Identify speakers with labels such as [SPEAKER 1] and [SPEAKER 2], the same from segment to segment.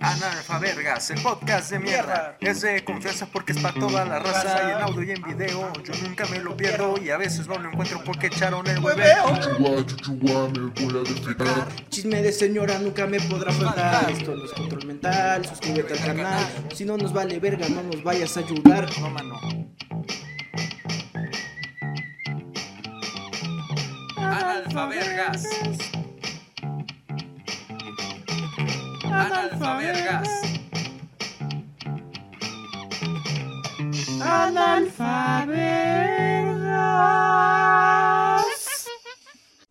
[SPEAKER 1] Analfa Vergas, el podcast de mierda. Es de confianza porque es para toda la raza. Y en audio y en video, yo nunca me lo pierdo. Y a veces no lo encuentro porque echaron el hueveo.
[SPEAKER 2] Chuchuá, chuchuá, me voy a despegar.
[SPEAKER 3] Chisme de señora nunca me podrá faltar. Esto no es control mental, suscríbete al canal. Si no nos vale verga, no nos vayas a ayudar.
[SPEAKER 1] No, mano. Analfa Vergas. Analfa Vergas.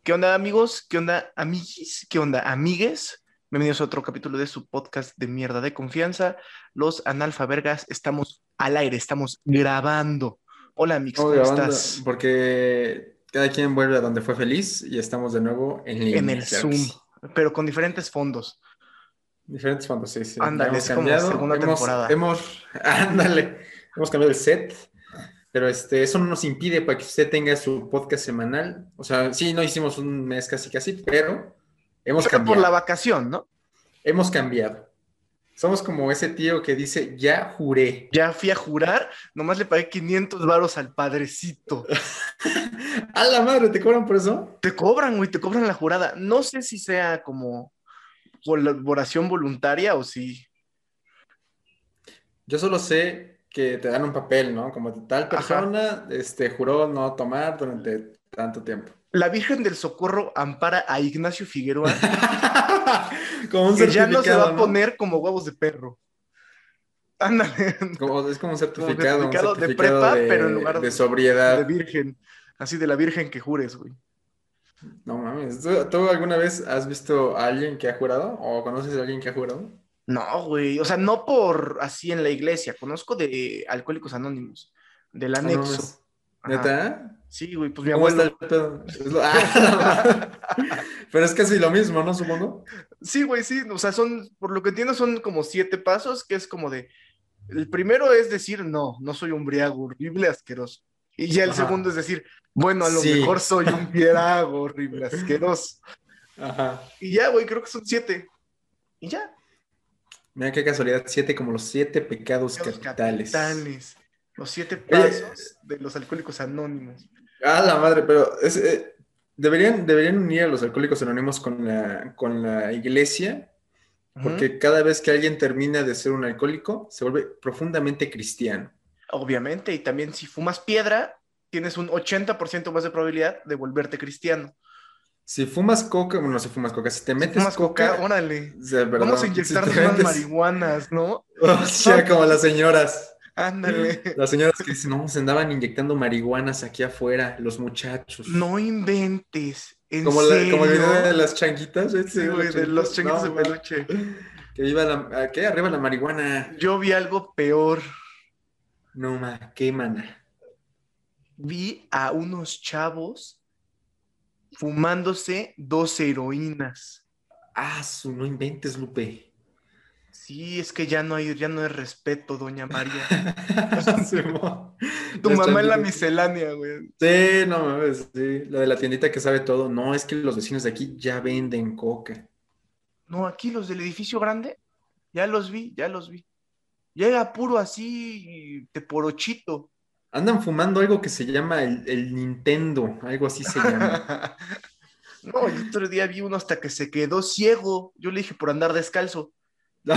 [SPEAKER 4] ¿Qué onda amigos? ¿Qué onda amiguis? ¿Qué onda amigues? Bienvenidos a otro capítulo de su podcast de mierda de confianza. Los analfabergas estamos al aire, estamos grabando. Hola Mix, ¿cómo
[SPEAKER 5] Oiga, banda,
[SPEAKER 4] estás?
[SPEAKER 5] Porque cada quien vuelve a donde fue feliz y estamos de nuevo en línea.
[SPEAKER 4] En el
[SPEAKER 5] claro que
[SPEAKER 4] Zoom,
[SPEAKER 5] sí.
[SPEAKER 4] pero con diferentes fondos.
[SPEAKER 5] Diferentes fondos, sí, sí.
[SPEAKER 4] Ándale, es
[SPEAKER 5] Ya hemos
[SPEAKER 4] como
[SPEAKER 5] cambiado,
[SPEAKER 4] segunda
[SPEAKER 5] hemos-
[SPEAKER 4] temporada.
[SPEAKER 5] Hemos, ándale, hemos cambiado el set, pero este, eso no nos impide para que usted tenga su podcast semanal. O sea, sí, no hicimos un mes casi casi, pero hemos
[SPEAKER 4] Pero
[SPEAKER 5] cambiado.
[SPEAKER 4] por la vacación, ¿no?
[SPEAKER 5] Hemos cambiado. Somos como ese tío que dice, ya juré.
[SPEAKER 4] Ya fui a jurar, nomás le pagué 500 varos al padrecito.
[SPEAKER 5] A la madre, ¿te cobran por eso?
[SPEAKER 4] Te cobran, güey, te cobran la jurada. No sé si sea como colaboración voluntaria o si...
[SPEAKER 5] Yo solo sé que te dan un papel, ¿no? Como de tal persona este, juró no tomar durante tanto tiempo.
[SPEAKER 4] La Virgen del Socorro ampara a Ignacio Figueroa
[SPEAKER 5] Como un
[SPEAKER 4] que ya no se va a
[SPEAKER 5] certificado,
[SPEAKER 4] poner como huevos de perro. Ándale,
[SPEAKER 5] Como- es como un certificado. un
[SPEAKER 4] certificado de
[SPEAKER 5] certificado
[SPEAKER 4] prepa, pero en lugar
[SPEAKER 5] de
[SPEAKER 4] de-
[SPEAKER 5] sobriedad.
[SPEAKER 4] de virgen. Así de la virgen que jures, güey.
[SPEAKER 5] No mames. ¿Tú, tú alguna vez has visto a alguien que ha jurado? ¿O conoces a alguien que ha jurado?
[SPEAKER 4] No, güey. O sea, no por así en la iglesia. Conozco de Alcohólicos Anónimos, del
[SPEAKER 5] Ah, No
[SPEAKER 4] anexo.
[SPEAKER 5] mames.
[SPEAKER 4] Ajá.
[SPEAKER 5] ¿Neta?
[SPEAKER 4] Sí, güey, pues mi
[SPEAKER 5] ¿Cómo
[SPEAKER 4] abuelo.
[SPEAKER 5] está el pedo? Es lo- Ah, pero es casi lo mismo, ¿no? Supongo.
[SPEAKER 4] Sí, güey, sí. O sea, son, por lo que entiendo, son como siete pasos, que es como de. El primero es decir, no, no soy un briago horrible, asqueroso. Y ya el
[SPEAKER 5] Ajá.
[SPEAKER 4] segundo es decir, bueno, a lo
[SPEAKER 5] Sí.
[SPEAKER 4] mejor soy un briago horrible, asqueroso.
[SPEAKER 5] Ajá.
[SPEAKER 4] Y ya, güey, creo que son siete. Y ya.
[SPEAKER 5] Mira qué casualidad. Siete, como los siete pecados
[SPEAKER 4] Los
[SPEAKER 5] capitales. Eh,
[SPEAKER 4] capitales. Los siete pasos de los alcohólicos anónimos.
[SPEAKER 5] Ah, la madre, pero es, eh, deberían, deberían unir a los alcohólicos anónimos con la, con la iglesia. Porque
[SPEAKER 4] Ujú.
[SPEAKER 5] cada vez que alguien termina de ser un alcohólico, se vuelve profundamente cristiano.
[SPEAKER 4] Obviamente, y también si fumas piedra, tienes un 80% más de probabilidad de volverte cristiano.
[SPEAKER 5] Si fumas coca, bueno, si fumas coca, si te metes
[SPEAKER 4] fumas coca,
[SPEAKER 5] coca,
[SPEAKER 4] órale.
[SPEAKER 5] o sea, perdón,
[SPEAKER 4] Vamos a
[SPEAKER 5] si te
[SPEAKER 4] inyectarnos unas
[SPEAKER 5] metes-
[SPEAKER 4] marihuanas, ¿no?
[SPEAKER 5] O sea, como las señoras.
[SPEAKER 4] Ándale.
[SPEAKER 5] Las señoras que dicen, no, se andaban inyectando marihuanas aquí afuera, los muchachos.
[SPEAKER 4] No inventes. ¿En
[SPEAKER 5] Como, la-
[SPEAKER 4] serio?
[SPEAKER 5] como el video de las changuitas, ¿eh?
[SPEAKER 4] Sí, güey, de los chinguitos
[SPEAKER 5] No,
[SPEAKER 4] de peluche.
[SPEAKER 5] Que viva la, ¿a ¿qué? Arriba la marihuana.
[SPEAKER 4] Yo vi algo peor.
[SPEAKER 5] No, ma, qué mana.
[SPEAKER 4] Vi a unos chavos fumándose dos heroínas.
[SPEAKER 5] Ah, su, no inventes, Lupe.
[SPEAKER 4] Sí, es que ya no hay, ya no hay respeto, doña María.
[SPEAKER 5] Simón.
[SPEAKER 4] Tu
[SPEAKER 5] Las
[SPEAKER 4] mamá en la
[SPEAKER 5] changuitas.
[SPEAKER 4] miscelánea, güey.
[SPEAKER 5] Sí, no mames, sí. La de la tiendita que sabe todo. No, es que los vecinos de aquí ya venden coca.
[SPEAKER 4] No, aquí los del edificio grande, ya los vi, ya los vi. Llega puro así, te porochito.
[SPEAKER 5] Andan fumando algo que se llama el, el Nintendo, algo así se llama.
[SPEAKER 4] No, el otro día vi uno hasta que se quedó ciego. Yo le dije por andar descalzo.
[SPEAKER 5] ¡A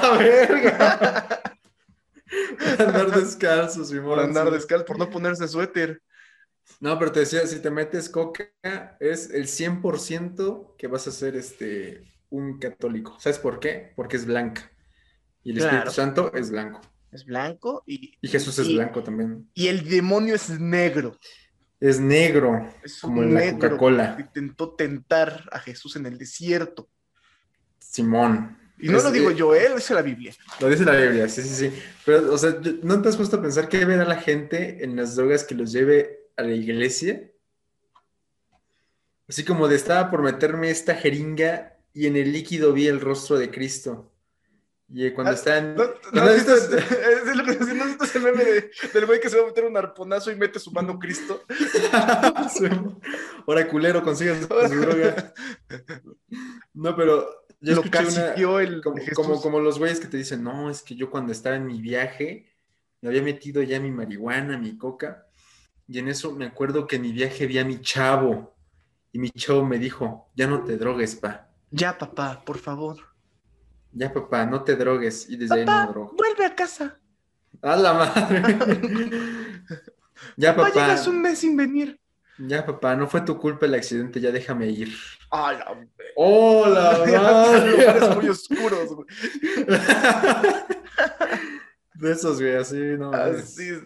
[SPEAKER 5] la verga! Andar descalzo, Simón.
[SPEAKER 4] Por andar
[SPEAKER 5] sí.
[SPEAKER 4] descalzo, por no ponerse suéter.
[SPEAKER 5] No, pero te decía, si te metes coca, es el 100% que vas a ser este, un católico. ¿Sabes por qué? Porque es blanca. Y el
[SPEAKER 4] Claro.
[SPEAKER 5] Espíritu Santo es blanco.
[SPEAKER 4] Es blanco y,
[SPEAKER 5] Y Jesús es
[SPEAKER 4] Y-
[SPEAKER 5] blanco también.
[SPEAKER 4] y el demonio es negro.
[SPEAKER 5] Es negro,
[SPEAKER 4] Es
[SPEAKER 5] como
[SPEAKER 4] un
[SPEAKER 5] la
[SPEAKER 4] negro
[SPEAKER 5] Coca-Cola.
[SPEAKER 4] que intentó tentar a Jesús en el desierto.
[SPEAKER 5] Simón.
[SPEAKER 4] Y no
[SPEAKER 5] Es-
[SPEAKER 4] lo digo
[SPEAKER 5] eh,
[SPEAKER 4] yo, él lo dice la Biblia.
[SPEAKER 5] Lo dice la Biblia, sí, sí, sí. Pero, o sea, yo- ¿no te has puesto a pensar qué verá la gente en las drogas que los lleve a la iglesia? Así como de estaba por meterme esta jeringa y en el líquido vi el rostro de Cristo. Y eh, cuando
[SPEAKER 4] Ah,
[SPEAKER 5] están.
[SPEAKER 4] No,
[SPEAKER 5] ¿No
[SPEAKER 4] no
[SPEAKER 5] has
[SPEAKER 4] has visto,
[SPEAKER 5] visto
[SPEAKER 4] es lo que estoy diciendo, ¿no has visto ese meme de- del güey que se va a meter un arponazo y mete su mano Cristo.
[SPEAKER 5] Ahora culero, consigues tu droga. No, pero yo
[SPEAKER 4] lo
[SPEAKER 5] escuché una-
[SPEAKER 4] caciqueó el
[SPEAKER 5] como,
[SPEAKER 4] Jesús.
[SPEAKER 5] como, como los güeyes que te dicen, no, es que yo cuando estaba en mi viaje, me había metido ya mi marihuana, mi coca, y en eso me acuerdo que en mi viaje vi a mi chavo, y mi chavo me dijo, ya no te drogues, pa,
[SPEAKER 4] Ya, papá, por favor.
[SPEAKER 5] ya papá, no te drogues, y desde ahí
[SPEAKER 4] Papá,
[SPEAKER 5] no drogo.
[SPEAKER 4] vuelve a casa.
[SPEAKER 5] ¡A la madre! ya
[SPEAKER 4] Papá,
[SPEAKER 5] papá,
[SPEAKER 4] llegas un mes sin venir.
[SPEAKER 5] ya papá, no fue tu culpa el accidente, ya déjame ir.
[SPEAKER 4] A la ¡Oh,
[SPEAKER 5] ¡Hola,
[SPEAKER 4] Lugares muy oscuros, güey.
[SPEAKER 5] De esos, güey, así, no.
[SPEAKER 4] Ah,
[SPEAKER 5] mames.
[SPEAKER 4] Así. es.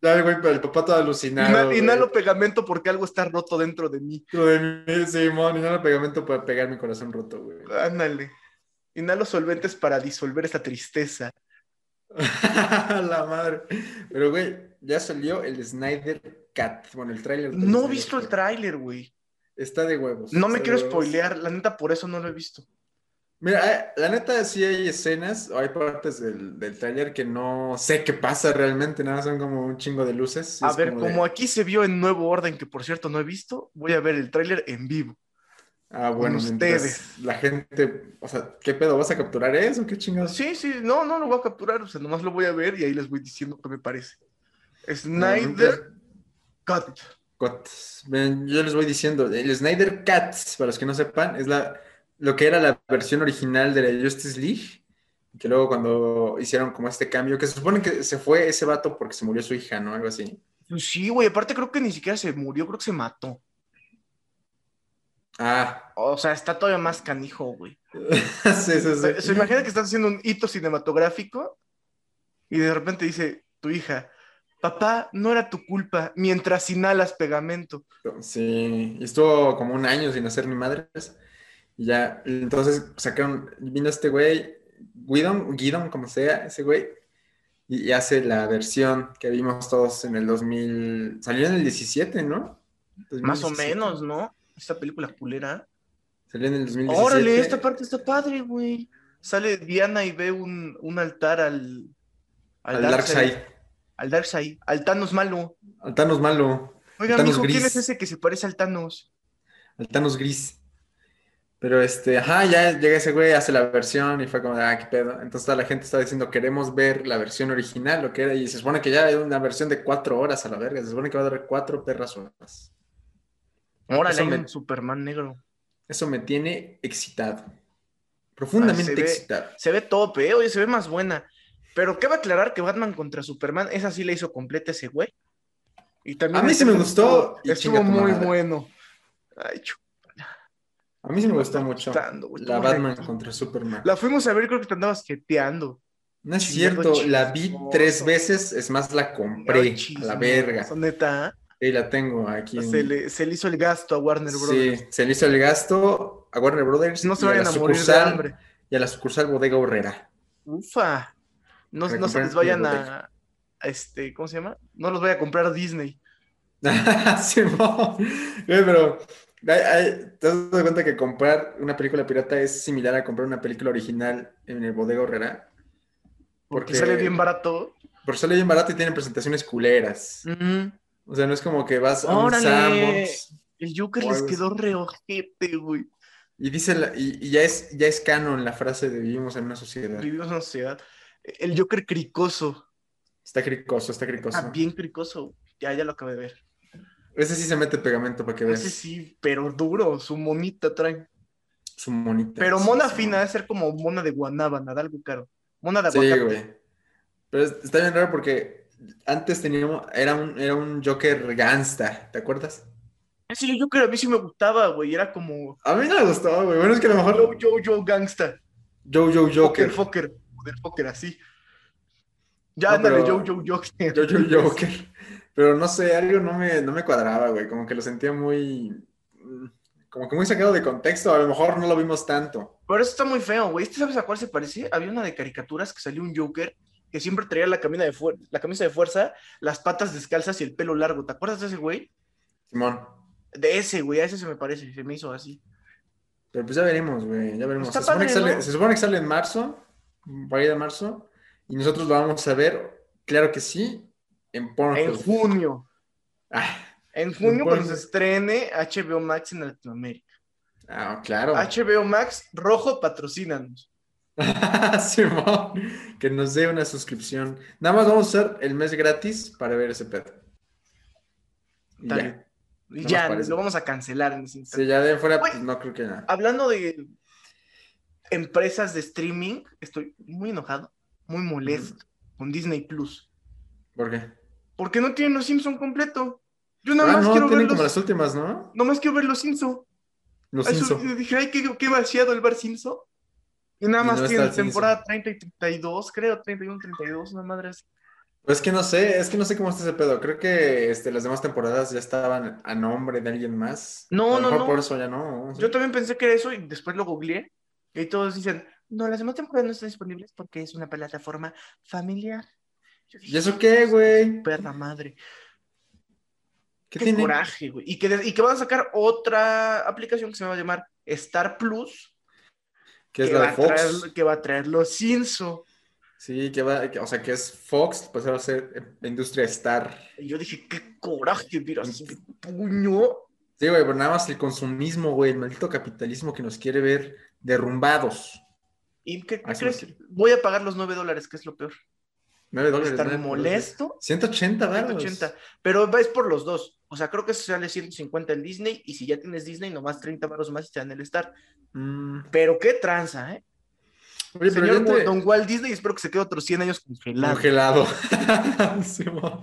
[SPEAKER 5] Ya, güey, pero el papá todo
[SPEAKER 4] Inha-
[SPEAKER 5] alucinado.
[SPEAKER 4] Inhalo pegamento porque algo está roto dentro de mí.
[SPEAKER 5] Lo de mí, Simón, inhalo pegamento para pegar mi corazón roto, güey.
[SPEAKER 4] Ándale. Inhalo solventes para disolver esta tristeza.
[SPEAKER 5] la madre. Pero, güey, ya salió el Snyder Cat. Bueno, el tráiler. del
[SPEAKER 4] No he
[SPEAKER 5] Snyder
[SPEAKER 4] visto el
[SPEAKER 5] Cut.
[SPEAKER 4] tráiler, güey.
[SPEAKER 5] Está de huevos.
[SPEAKER 4] No me
[SPEAKER 5] está de
[SPEAKER 4] quiero
[SPEAKER 5] huevos.
[SPEAKER 4] spoilear. La neta, por eso no lo he visto.
[SPEAKER 5] Mira, eh, la neta, sí hay escenas o hay partes del, del tráiler que no sé qué pasa realmente. Nada, son como un chingo de luces. y
[SPEAKER 4] A
[SPEAKER 5] es
[SPEAKER 4] ver,
[SPEAKER 5] de,
[SPEAKER 4] como aquí se vio en Nuevo Orden, que por cierto no he visto, voy a ver el tráiler en vivo.
[SPEAKER 5] Ah, bueno,
[SPEAKER 4] con
[SPEAKER 5] mientras
[SPEAKER 4] ustedes.
[SPEAKER 5] La gente. O sea, ¿qué pedo? ¿Vas a capturar eso? ¿Qué chingados?
[SPEAKER 4] Sí, sí, no, no lo voy a capturar, o sea, nomás lo voy a ver y ahí les voy diciendo qué me parece.
[SPEAKER 5] Ah,
[SPEAKER 4] Snyder Cut.
[SPEAKER 5] Cut. Ven, Yo les voy diciendo, el Snyder Cut, para los que no sepan, es la, lo que era la versión original de la Justice League, que luego cuando hicieron como este cambio, que se supone que se fue ese vato porque se murió su hija, ¿no? Algo así.
[SPEAKER 4] Pues Sí, güey, aparte creo que ni siquiera se murió, creo que se mató.
[SPEAKER 5] Ah,
[SPEAKER 4] O sea, está todavía más canijo, güey.
[SPEAKER 5] sí, sí,
[SPEAKER 4] Se, se
[SPEAKER 5] sí.
[SPEAKER 4] imagina que estás haciendo un hito cinematográfico y de repente dice tu hija, papá, no era tu culpa mientras inhalas pegamento.
[SPEAKER 5] Sí, y estuvo como un año sin hacer ni madres. Y ya, entonces sacaron, vino este güey, Guidon, Guidon, como sea, ese güey, y, y hace la versión que vimos todos en el 2000, salió en el 17, ¿no?
[SPEAKER 4] Más o
[SPEAKER 5] 2017.
[SPEAKER 4] menos, ¿no? Esta película culera.
[SPEAKER 5] Salió en el 2017.
[SPEAKER 4] Órale, esta parte está padre, güey. Sale Diana y ve un, un altar al...
[SPEAKER 5] Al Darkseid,
[SPEAKER 4] Al Darkseid. Al Thanos malo.
[SPEAKER 5] al Thanos malo,
[SPEAKER 4] Oiga,
[SPEAKER 5] Thanos
[SPEAKER 4] mijo, ¿quién
[SPEAKER 5] gris.
[SPEAKER 4] es ese que se parece al Thanos?
[SPEAKER 5] al Thanos gris. Pero este, ajá, ya llega ese güey, hace la versión y fue como, ah, qué pedo. Entonces toda la gente está diciendo, queremos ver la versión original, lo que era. Y se supone que ya hay una versión de cuatro horas a la verga. Se supone que va a durar cuatro perras horas.
[SPEAKER 4] Órale,
[SPEAKER 5] Eso
[SPEAKER 4] hay
[SPEAKER 5] me-
[SPEAKER 4] un Superman negro.
[SPEAKER 5] Eso me tiene excitado. Profundamente
[SPEAKER 4] Ah, se ve-
[SPEAKER 5] excitado.
[SPEAKER 4] Se ve tope, eh, oye, se ve más buena. Pero cabe aclarar que Batman contra Superman, esa sí la hizo completa ese güey. Y también
[SPEAKER 5] A mí sí me gustó y
[SPEAKER 4] Estuvo,
[SPEAKER 5] chinga tu
[SPEAKER 4] muy
[SPEAKER 5] madre.
[SPEAKER 4] bueno. Ay, chu-
[SPEAKER 5] A mí sí me gustó mucho.
[SPEAKER 4] gustando, güey,
[SPEAKER 5] La
[SPEAKER 4] estuvo
[SPEAKER 5] Batman
[SPEAKER 4] re-
[SPEAKER 5] contra Superman.
[SPEAKER 4] La fuimos a ver, creo que te andabas jeteando.
[SPEAKER 5] No es
[SPEAKER 4] Chingando
[SPEAKER 5] cierto, la vi
[SPEAKER 4] chismoso.
[SPEAKER 5] tres veces, es más, la compré. A la verga.
[SPEAKER 4] Neta, ¿eh?
[SPEAKER 5] Y la tengo aquí. en-
[SPEAKER 4] se, le, se le hizo el gasto a Warner Bros.
[SPEAKER 5] Sí, se le hizo el gasto a Warner Brothers.
[SPEAKER 4] No se
[SPEAKER 5] y
[SPEAKER 4] vayan
[SPEAKER 5] la
[SPEAKER 4] a morir de
[SPEAKER 5] sucursal-
[SPEAKER 4] hambre.
[SPEAKER 5] Y a la sucursal Bodega Horrera.
[SPEAKER 4] Ufa. No,
[SPEAKER 5] Para
[SPEAKER 4] no se
[SPEAKER 5] comprar
[SPEAKER 4] les vayan
[SPEAKER 5] Blu-ray.
[SPEAKER 4] a, a este, ¿cómo se llama? No los vaya a comprar Disney.
[SPEAKER 5] Simón. Güey, pero ay, ay, te has dado cuenta que comprar una película pirata es similar a comprar una película original en el Bodega Horrera.
[SPEAKER 4] Porque sale bien barato.
[SPEAKER 5] Porque sale bien barato y tienen presentaciones culeras.
[SPEAKER 4] Ujú.
[SPEAKER 5] O sea, no es como que vas a un
[SPEAKER 4] Órale.
[SPEAKER 5] Sanborns
[SPEAKER 4] El Joker
[SPEAKER 5] O
[SPEAKER 4] les
[SPEAKER 5] algo
[SPEAKER 4] quedó reojete, güey.
[SPEAKER 5] y dice la- y, y ya es ya es canon la frase de vivimos en una sociedad.
[SPEAKER 4] Vivimos en una sociedad. El Joker cricoso.
[SPEAKER 5] Está cricoso, está cricoso.
[SPEAKER 4] Ah, bien cricoso. Ya, ya lo acabé de ver.
[SPEAKER 5] Ese sí se mete pegamento para que veas
[SPEAKER 4] Ese Ah, sí, pero duro. Su monita trae.
[SPEAKER 5] su monita.
[SPEAKER 4] Pero
[SPEAKER 5] Sí,
[SPEAKER 4] mona
[SPEAKER 5] sí,
[SPEAKER 4] fina, debe ser como mona de guanábana, de algo caro. Mona de
[SPEAKER 5] Sí,
[SPEAKER 4] aguacate.
[SPEAKER 5] güey. Pero es- está bien raro porque antes teníamos, era un, era un Joker gangsta, ¿te acuerdas?
[SPEAKER 4] Ese el Joker a mí sí me gustaba, güey. Era como...
[SPEAKER 5] A mí no me gustó, güey. Bueno, es que a lo
[SPEAKER 4] Yo,
[SPEAKER 5] mejor
[SPEAKER 4] yo, yo, gangsta.
[SPEAKER 5] Joe Joe
[SPEAKER 4] Joker,
[SPEAKER 5] Joker.
[SPEAKER 4] Fokker, Joder, Fokker, así. Ya,
[SPEAKER 5] No,
[SPEAKER 4] ándale,
[SPEAKER 5] pero-
[SPEAKER 4] yo, yo, Joker.
[SPEAKER 5] Joe Joe Joker. Pero no sé, algo no me, no me cuadraba, güey. Como que lo sentía muy. mm, Como que muy sacado de contexto. A lo mejor no lo vimos tanto.
[SPEAKER 4] Pero eso está muy feo, güey. ¿Este sabes a cuál se parece? Había una de caricaturas que salió un Joker que siempre traía la, camina de fuer- la camisa de fuerza, las patas descalzas y el pelo largo. ¿Te acuerdas de ese güey?
[SPEAKER 5] Simón.
[SPEAKER 4] De ese, güey. A ese se me parece. Se me hizo así.
[SPEAKER 5] Pero pues ya veremos, güey. Ya veremos.
[SPEAKER 4] Está
[SPEAKER 5] Se supone,
[SPEAKER 4] padre,
[SPEAKER 5] que sale,
[SPEAKER 4] ¿no?
[SPEAKER 5] se supone que sale en marzo, por ahí de marzo. Y nosotros lo vamos a ver, claro que sí, en Pornhub.
[SPEAKER 4] En junio.
[SPEAKER 5] Ah,
[SPEAKER 4] En junio
[SPEAKER 5] Bueno.
[SPEAKER 4] cuando se estrene HBO Max en Latinoamérica.
[SPEAKER 5] Ah, claro.
[SPEAKER 4] HBO Max, rojo, patrocínanos.
[SPEAKER 5] Simón, que nos dé una suscripción. Nada más vamos a usar el mes gratis para ver ese pedo. Y
[SPEAKER 4] Dale.
[SPEAKER 5] ya.
[SPEAKER 4] Y
[SPEAKER 5] No
[SPEAKER 4] ya,
[SPEAKER 5] nos parece.
[SPEAKER 4] lo vamos a cancelar en ese instante.
[SPEAKER 5] Si ya de fuera,
[SPEAKER 4] Güey. ah,
[SPEAKER 5] pues no creo que nada.
[SPEAKER 4] Hablando de empresas de streaming, estoy muy enojado, muy molesto con Disney Plus.
[SPEAKER 5] ¿Por qué?
[SPEAKER 4] ¿Por qué no tienen los Simpson completo? Yo nada
[SPEAKER 5] Ah,
[SPEAKER 4] más
[SPEAKER 5] no,
[SPEAKER 4] quiero
[SPEAKER 5] tienen
[SPEAKER 4] ver
[SPEAKER 5] como
[SPEAKER 4] los...
[SPEAKER 5] las últimas, ¿no?
[SPEAKER 4] Nada más quiero ver los Simpson.
[SPEAKER 5] Los
[SPEAKER 4] Ay, su-
[SPEAKER 5] Simpson.
[SPEAKER 4] yo Dije, ay, qué, qué vaciado el Bar Simpson. Y nada
[SPEAKER 5] Y
[SPEAKER 4] más
[SPEAKER 5] no está
[SPEAKER 4] tiene
[SPEAKER 5] el Simpson.
[SPEAKER 4] temporada 30 y 32, creo, 31, 32, una madre así.
[SPEAKER 5] Pues que no sé, es que no sé cómo está ese pedo. Creo que este, las demás temporadas ya estaban a nombre de alguien más.
[SPEAKER 4] No,
[SPEAKER 5] A lo
[SPEAKER 4] no,
[SPEAKER 5] mejor
[SPEAKER 4] no.
[SPEAKER 5] Por eso ya no.
[SPEAKER 4] Yo también pensé que era eso y después lo googleé. Y todos dicen, no, las demás temporadas no están disponibles porque es una plataforma familiar. Yo dije,
[SPEAKER 5] ¿Y eso qué, güey?
[SPEAKER 4] Perra madre.
[SPEAKER 5] ¿Qué
[SPEAKER 4] Qué
[SPEAKER 5] tiene?
[SPEAKER 4] coraje, güey. Y que, de- y que van a sacar otra aplicación que se va a llamar Star Plus,
[SPEAKER 5] Que es
[SPEAKER 4] que,
[SPEAKER 5] la
[SPEAKER 4] va
[SPEAKER 5] de
[SPEAKER 4] a
[SPEAKER 5] Fox.
[SPEAKER 4] traer, que va a traer los Simpson.
[SPEAKER 5] Sí, que va, que- o sea, que es Fox, pues ahora va a ser eh, Industria Star.
[SPEAKER 4] Y yo dije, qué coraje, mira, así, puño.
[SPEAKER 5] Sí, güey, pero nada más el consumismo, güey, el maldito capitalismo que nos quiere ver derrumbados.
[SPEAKER 4] ¿Y qué
[SPEAKER 5] Ah, sí,
[SPEAKER 4] crees?
[SPEAKER 5] sí.
[SPEAKER 4] Voy a pagar los 9 dólares, que es lo peor.
[SPEAKER 5] 9 dólares.
[SPEAKER 4] Estar
[SPEAKER 5] nueve dólares.
[SPEAKER 4] molesto.
[SPEAKER 5] 180 dólares.
[SPEAKER 4] 180. Pero es por los dos. O sea, creo que sale 150 el Disney. Y si ya tienes Disney, nomás 30 baros más y te dan el Star.
[SPEAKER 5] Mm.
[SPEAKER 4] Pero qué tranza, ¿eh?
[SPEAKER 5] Oye, pero
[SPEAKER 4] Señor
[SPEAKER 5] yo entre-
[SPEAKER 4] Don Walt Disney, espero que se quede otros 100 años congelado.
[SPEAKER 5] congelado. Sí, mo.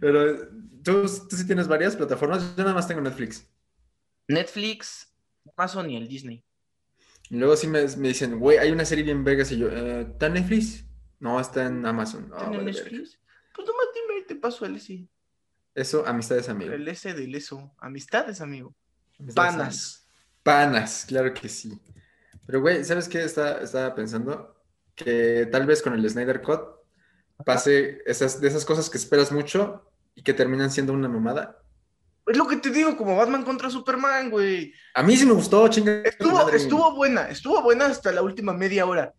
[SPEAKER 5] pero ¿tú, tú sí tienes varias plataformas. Yo nada más tengo Netflix.
[SPEAKER 4] Netflix, Amazon y el Disney.
[SPEAKER 5] Y luego sí me, me dicen, güey, hay una serie bien vergas. Y yo, "Eh, ¿está en Netflix? No, está en Amazon. Ah,
[SPEAKER 4] ¿Tienen
[SPEAKER 5] vale, verga.
[SPEAKER 4] Netflix? Pues nomás dime y te paso el S.
[SPEAKER 5] Eso, amistades amigos.
[SPEAKER 4] El S del eso. Amistades, amigo.
[SPEAKER 5] Amistades, amigos.
[SPEAKER 4] Panas.
[SPEAKER 5] Panas, claro que sí. Pero, güey, ¿sabes qué? Está- estaba pensando que tal vez con el Snyder Cut pase esas, de esas cosas que esperas mucho y que terminan siendo una mamada.
[SPEAKER 4] Es lo que te digo, como Batman contra Superman, güey.
[SPEAKER 5] A mí sí me gustó, chinga.
[SPEAKER 4] Estuvo,
[SPEAKER 5] madre.
[SPEAKER 4] estuvo buena, estuvo buena hasta la última media hora.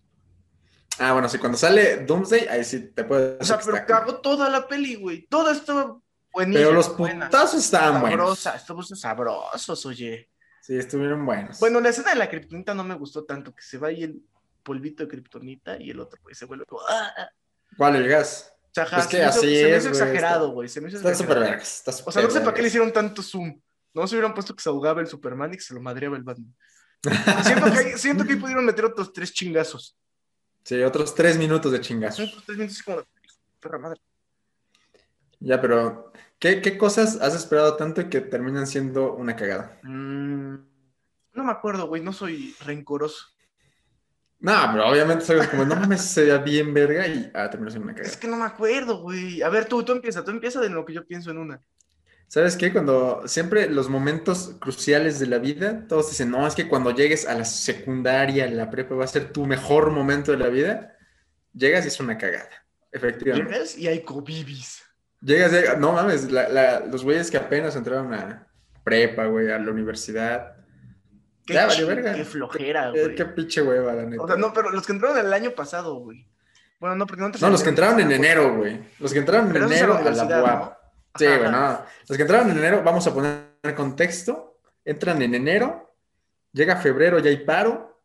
[SPEAKER 5] Ah, bueno, sí, cuando sale Doomsday, ahí sí te puedes.
[SPEAKER 4] O sea, pero cagó toda la peli, güey. Toda estaba buenísima.
[SPEAKER 5] Pero los
[SPEAKER 4] buena,
[SPEAKER 5] putazos estaban buenos.
[SPEAKER 4] Sabrosa, estuvo sabrosos, oye.
[SPEAKER 5] Sí, estuvieron buenos.
[SPEAKER 4] Bueno, la escena de la kriptonita no me gustó tanto, que se va ahí el polvito de kriptonita y el otro, güey, se vuelve como... ¡ah!
[SPEAKER 5] ¿Cuál el gas?
[SPEAKER 4] O sea,
[SPEAKER 5] Pues
[SPEAKER 4] ja,
[SPEAKER 5] que
[SPEAKER 4] se me hizo-
[SPEAKER 5] así
[SPEAKER 4] se me
[SPEAKER 5] es,
[SPEAKER 4] hizo
[SPEAKER 5] güey,
[SPEAKER 4] exagerado,
[SPEAKER 5] está-
[SPEAKER 4] güey, se me hizo
[SPEAKER 5] Está
[SPEAKER 4] exagerado.
[SPEAKER 5] súper vergas. está
[SPEAKER 4] O sea, no sé para
[SPEAKER 5] súper
[SPEAKER 4] qué le
[SPEAKER 5] vergas.
[SPEAKER 4] hicieron tanto zoom. No se hubieran puesto que se ahogaba el Superman y que se lo madreaba el Batman. Siento que, ahí- siento que ahí pudieron meter otros tres chingazos.
[SPEAKER 5] Sí, otros tres minutos de chingazos.
[SPEAKER 4] Otros tres minutos como... Perra madre.
[SPEAKER 5] Ya, pero ¿qué, qué cosas has esperado tanto y que terminan siendo una cagada?
[SPEAKER 4] Mm, no me acuerdo, güey, no soy rencoroso.
[SPEAKER 5] No, pero obviamente sabes como no mames, se veía bien verga y ah, terminó siendo
[SPEAKER 4] Es
[SPEAKER 5] una cagada.
[SPEAKER 4] que no me acuerdo, güey. A ver, tú, tú empieza, tú empieza de lo que yo pienso en una.
[SPEAKER 5] ¿Sabes qué? Cuando siempre los momentos cruciales de la vida, todos dicen, no, es que cuando llegues a la secundaria, a la prepa, va a ser tu mejor momento de la vida. Llegas y es una cagada, efectivamente.
[SPEAKER 4] Llegas y hay covivis.
[SPEAKER 5] Llegas, llega- no mames, la- la- los güeyes que apenas entraron a prepa, güey, a la universidad.
[SPEAKER 4] Qué,
[SPEAKER 5] Ya, valió
[SPEAKER 4] chi-
[SPEAKER 5] verga.
[SPEAKER 4] qué flojera,
[SPEAKER 5] Eh,
[SPEAKER 4] Ah, güey.
[SPEAKER 5] qué pinche hueva, la neta.
[SPEAKER 4] O sea, no, pero los que entraron el año pasado, güey. Bueno, no, porque no
[SPEAKER 5] No, los que entraron en
[SPEAKER 4] enero.
[SPEAKER 5] enero, güey. Los que entraron en
[SPEAKER 4] pues, Pero eso es a
[SPEAKER 5] enero
[SPEAKER 4] la
[SPEAKER 5] a la
[SPEAKER 4] universidad,
[SPEAKER 5] UAP.
[SPEAKER 4] ¿no?
[SPEAKER 5] Sí,
[SPEAKER 4] Ajá,
[SPEAKER 5] güey,
[SPEAKER 4] ajá.
[SPEAKER 5] no. Los que entraron en enero, vamos a poner contexto. Entran en enero, llega febrero, ya hay paro.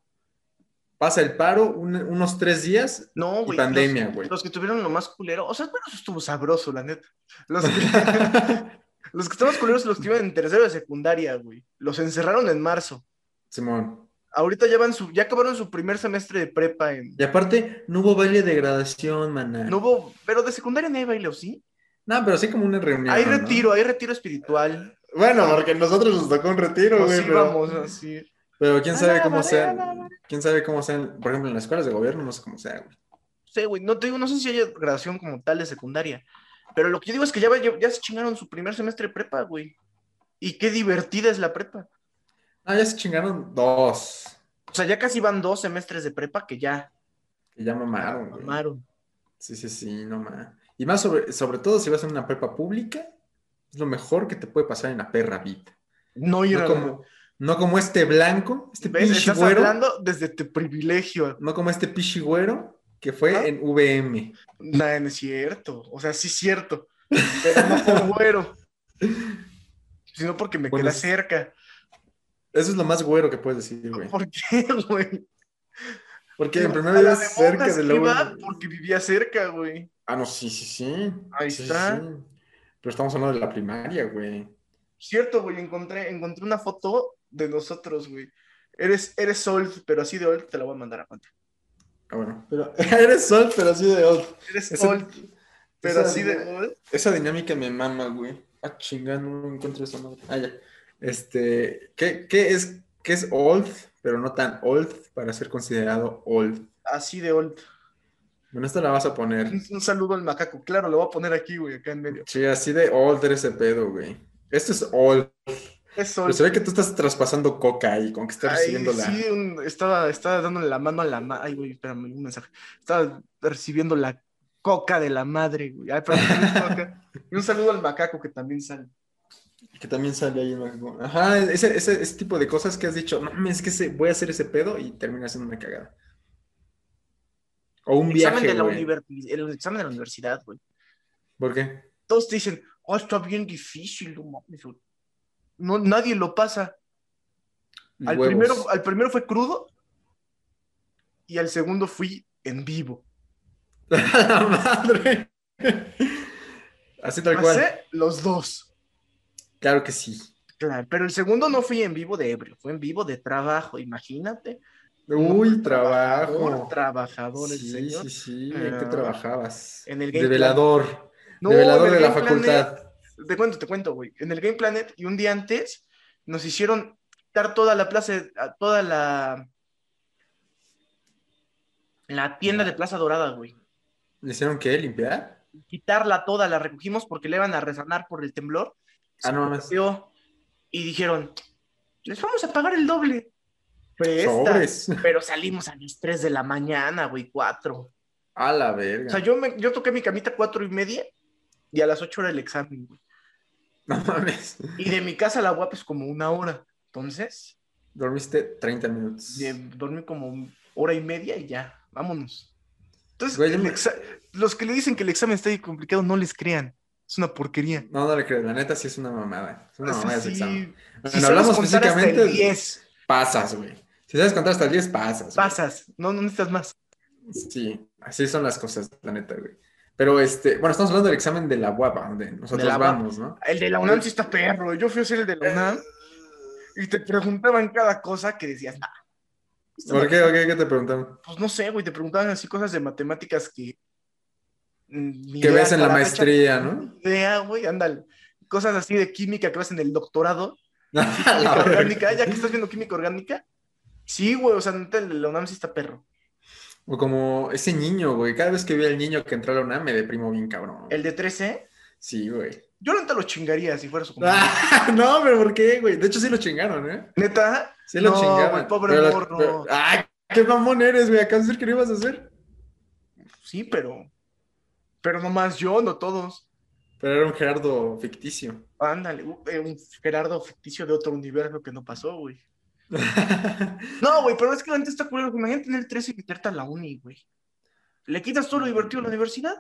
[SPEAKER 5] Pasa el paro un- unos tres días.
[SPEAKER 4] No, güey.
[SPEAKER 5] pandemia,
[SPEAKER 4] los-
[SPEAKER 5] güey.
[SPEAKER 4] Los que tuvieron lo más culero. O sea, bueno, eso estuvo sabroso, la neta. Los que, los que estaban culeros, los que iban en tercero de secundaria, güey. Los encerraron en marzo.
[SPEAKER 5] Simón.
[SPEAKER 4] Ahorita ya, van su, ya acabaron su primer semestre de prepa en.
[SPEAKER 5] Y aparte, no hubo baile de graduación, maná.
[SPEAKER 4] No
[SPEAKER 5] No,
[SPEAKER 4] hubo. Pero de secundaria no hay baile, ¿o sí?
[SPEAKER 5] pero sí como una reunión.
[SPEAKER 4] hay
[SPEAKER 5] ¿no?
[SPEAKER 4] retiro, hay retiro espiritual.
[SPEAKER 5] Bueno, porque a nosotros nos tocó un retiro, güey.
[SPEAKER 4] Nos
[SPEAKER 5] Pero,
[SPEAKER 4] íbamos Ah, así.
[SPEAKER 5] pero quién
[SPEAKER 4] A
[SPEAKER 5] sabe
[SPEAKER 4] la
[SPEAKER 5] cómo
[SPEAKER 4] madera,
[SPEAKER 5] sean.
[SPEAKER 4] a la madera.
[SPEAKER 5] Quién sabe cómo sean, por ejemplo, en las escuelas de gobierno, no sé cómo sea, güey.
[SPEAKER 4] Sí, güey, no te digo, no sé si haya graduación como tal de secundaria, pero lo que yo digo es que ya, va- ya, ya se chingaron su primer semestre de prepa, güey. Y qué divertida es la prepa.
[SPEAKER 5] Ah, ya se chingaron dos.
[SPEAKER 4] O sea, ya casi van dos semestres de prepa que ya
[SPEAKER 5] Que ya mamaron, güey.
[SPEAKER 4] amaron.
[SPEAKER 5] Sí, sí, sí, no más. Y más sobre, sobre todo si vas a una prepa pública, es lo mejor que te puede pasar en la perra vida.
[SPEAKER 4] No ir
[SPEAKER 5] No
[SPEAKER 4] a
[SPEAKER 5] como, no como este blanco, este
[SPEAKER 4] ¿Ves?
[SPEAKER 5] pichi
[SPEAKER 4] Estás
[SPEAKER 5] güero,
[SPEAKER 4] hablando desde tu privilegio.
[SPEAKER 5] no como este pichi güero que fue
[SPEAKER 4] Ajá.
[SPEAKER 5] en VM.
[SPEAKER 4] Nah, no es cierto. O sea, sí es cierto. Pero no por güero. Sino porque me
[SPEAKER 5] Bueno,
[SPEAKER 4] queda
[SPEAKER 5] es-
[SPEAKER 4] cerca.
[SPEAKER 5] Eso es lo más güero que puedes decir, güey.
[SPEAKER 4] ¿Por qué, güey?
[SPEAKER 5] Porque en primer
[SPEAKER 4] A
[SPEAKER 5] lugar
[SPEAKER 4] la
[SPEAKER 5] es cerca
[SPEAKER 4] monjas
[SPEAKER 5] de lo
[SPEAKER 4] iba
[SPEAKER 5] güero.
[SPEAKER 4] porque vivía cerca, güey.
[SPEAKER 5] Ah, no, sí, sí, sí.
[SPEAKER 4] Ahí
[SPEAKER 5] Sí, sí,
[SPEAKER 4] está.
[SPEAKER 5] sí. Pero estamos hablando de la primaria, güey.
[SPEAKER 4] Cierto, güey, encontré, encontré una foto de nosotros, güey. Eres, eres old, pero así de old te la voy a mandar a cuenta.
[SPEAKER 5] Ah, bueno. Pero eres sol, pero así de old.
[SPEAKER 4] Eres
[SPEAKER 5] Ese-
[SPEAKER 4] old, pero
[SPEAKER 5] esa-
[SPEAKER 4] así de old.
[SPEAKER 5] Esa dinámica me mama, güey. Ah, chingada, no encuentro esa madre. Ah, ya. Este, ¿qué, qué es, qué es old, pero no tan old para ser considerado old?
[SPEAKER 4] Así de old.
[SPEAKER 5] Bueno, esta la vas a poner.
[SPEAKER 4] Un, un saludo al macaco. Claro, lo voy a poner aquí, güey, acá en medio.
[SPEAKER 5] Sí, así de old eres ese pedo, güey. Esto es old.
[SPEAKER 4] Es
[SPEAKER 5] Pero
[SPEAKER 4] old.
[SPEAKER 5] se ve que tú estás traspasando coca ahí, con que estás
[SPEAKER 4] Ay,
[SPEAKER 5] recibiendo la...
[SPEAKER 4] sí, un- estaba, estaba dándole la mano a la ma- Ay, güey, espérame, un mensaje. Estaba recibiendo la coca de la madre, güey. Ay, perdón, coca. Y un saludo al macaco que también sale.
[SPEAKER 5] Que también sale ahí en algo. Ajá, ese, ese, ese tipo de cosas que has dicho, mames, es que se- voy a hacer ese pedo y termina haciendo una cagada. O un
[SPEAKER 4] El examen,
[SPEAKER 5] viaje,
[SPEAKER 4] de la
[SPEAKER 5] güey.
[SPEAKER 4] universi- el examen de la universidad, güey.
[SPEAKER 5] ¿Por qué?
[SPEAKER 4] Todos te dicen, oh, está bien difícil, no mames, güey". No, nadie lo pasa. Al
[SPEAKER 5] Huevos.
[SPEAKER 4] primero, al primero fue crudo y al segundo fui en vivo.
[SPEAKER 5] ¡Madre! Así tal cual.
[SPEAKER 4] Pasé los dos.
[SPEAKER 5] Claro que sí.
[SPEAKER 4] Claro, pero el segundo no fui en vivo de ebrio, fue en vivo de trabajo, imagínate.
[SPEAKER 5] Uy,
[SPEAKER 4] Trabajador,
[SPEAKER 5] trabajo.
[SPEAKER 4] trabajador el
[SPEAKER 5] Sí,
[SPEAKER 4] señor.
[SPEAKER 5] sí, sí. ¿En qué
[SPEAKER 4] Ah.
[SPEAKER 5] trabajabas?
[SPEAKER 4] En el
[SPEAKER 5] de
[SPEAKER 4] game plan.
[SPEAKER 5] velador.
[SPEAKER 4] No,
[SPEAKER 5] de velador
[SPEAKER 4] en
[SPEAKER 5] de
[SPEAKER 4] el
[SPEAKER 5] la
[SPEAKER 4] Game Planet-
[SPEAKER 5] facultad.
[SPEAKER 4] te cuento, te cuento, güey. En el Game Planet y un día antes nos hicieron quitar toda la plaza, a toda la la tienda de Plaza Dorada, güey.
[SPEAKER 5] ¿Le hicieron qué? ¿Limpiar?
[SPEAKER 4] Quitarla toda, la recogimos porque le iban a resanar por el temblor.
[SPEAKER 5] Ah, no mames.
[SPEAKER 4] Yo- Y dijeron, les vamos a pagar el doble. Prestas.
[SPEAKER 5] Sobres.
[SPEAKER 4] Pero salimos a las 3 de la mañana, güey, 4.
[SPEAKER 5] A la
[SPEAKER 4] O sea,
[SPEAKER 5] verga.
[SPEAKER 4] yo, me, yo toqué mi camita a 4 y media y a las 8 era el examen, güey.
[SPEAKER 5] No mames.
[SPEAKER 4] Y de mi casa a la guapa es como una hora. Entonces,
[SPEAKER 5] Dormiste 30 minutos.
[SPEAKER 4] de- dormí como hora y media y ya, vámonos. Entonces,
[SPEAKER 5] Güey, yo
[SPEAKER 4] el
[SPEAKER 5] me-
[SPEAKER 4] exa- los que le dicen que el examen está complicado, no les crean. Es una porquería.
[SPEAKER 5] No, no le creo. La neta sí es una mamada. Es una
[SPEAKER 4] Así
[SPEAKER 5] mamada ese
[SPEAKER 4] sí,
[SPEAKER 5] examen.
[SPEAKER 4] si
[SPEAKER 5] Cuando
[SPEAKER 4] sabes
[SPEAKER 5] hablamos
[SPEAKER 4] contar hasta el
[SPEAKER 5] físicamente,
[SPEAKER 4] 10,
[SPEAKER 5] pasas, güey. Si sabes contar hasta el 10, pasas. güey.
[SPEAKER 4] pasas. No, no necesitas más.
[SPEAKER 5] Sí, así son las cosas, la neta, güey. Pero este, bueno, estamos hablando del examen de la guapa, donde nosotros
[SPEAKER 4] De la guapa.
[SPEAKER 5] vamos, ¿no?
[SPEAKER 4] El de la UNAM sí está perro. Yo fui a hacer el de la UNAM y te preguntaban cada cosa que decías, "Nah, esto
[SPEAKER 5] ¿Por
[SPEAKER 4] no-
[SPEAKER 5] qué? ¿Por qué? ¿Qué te preguntaron?
[SPEAKER 4] Pues no sé, güey, te preguntaban así cosas de matemáticas que. mm, ni
[SPEAKER 5] Que
[SPEAKER 4] idea
[SPEAKER 5] ves en la
[SPEAKER 4] hasta fecha.
[SPEAKER 5] maestría, ¿no?
[SPEAKER 4] Ni Idea, güey, ándale. Cosas así de química que vas en el doctorado.
[SPEAKER 5] A
[SPEAKER 4] Química
[SPEAKER 5] la verga.
[SPEAKER 4] orgánica, ya que estás viendo química orgánica. Sí, güey, o sea, neta, la UNAM sí está perro.
[SPEAKER 5] O como ese niño, güey. Cada vez que veo al niño que entró a la UNAM me deprimo bien, cabrón.
[SPEAKER 4] El de 13,
[SPEAKER 5] Sí, güey.
[SPEAKER 4] yo neta lo chingaría si fuera su compañero.
[SPEAKER 5] Ah, no, pero ¿por qué, güey? De hecho, sí lo chingaron, ¿eh?
[SPEAKER 4] Neta,
[SPEAKER 5] Sí lo
[SPEAKER 4] No,
[SPEAKER 5] chingaron.
[SPEAKER 4] güey, pobre
[SPEAKER 5] Pero-
[SPEAKER 4] morro.
[SPEAKER 5] pero- ¡Ay! ¿Qué mamón eres, güey? Acabas de decir que no ibas a hacer.
[SPEAKER 4] sí, pero. Pero nomás yo, no todos.
[SPEAKER 5] Pero era un Gerardo ficticio.
[SPEAKER 4] Ándale, u- eh, un Gerardo ficticio de otro universo que no pasó, güey. No, güey, pero es que la neta está culero. güey. Imagínate tener 13 y meterte a la uni, güey. ¿Le quitas
[SPEAKER 5] Mm.
[SPEAKER 4] todo lo divertido a la universidad?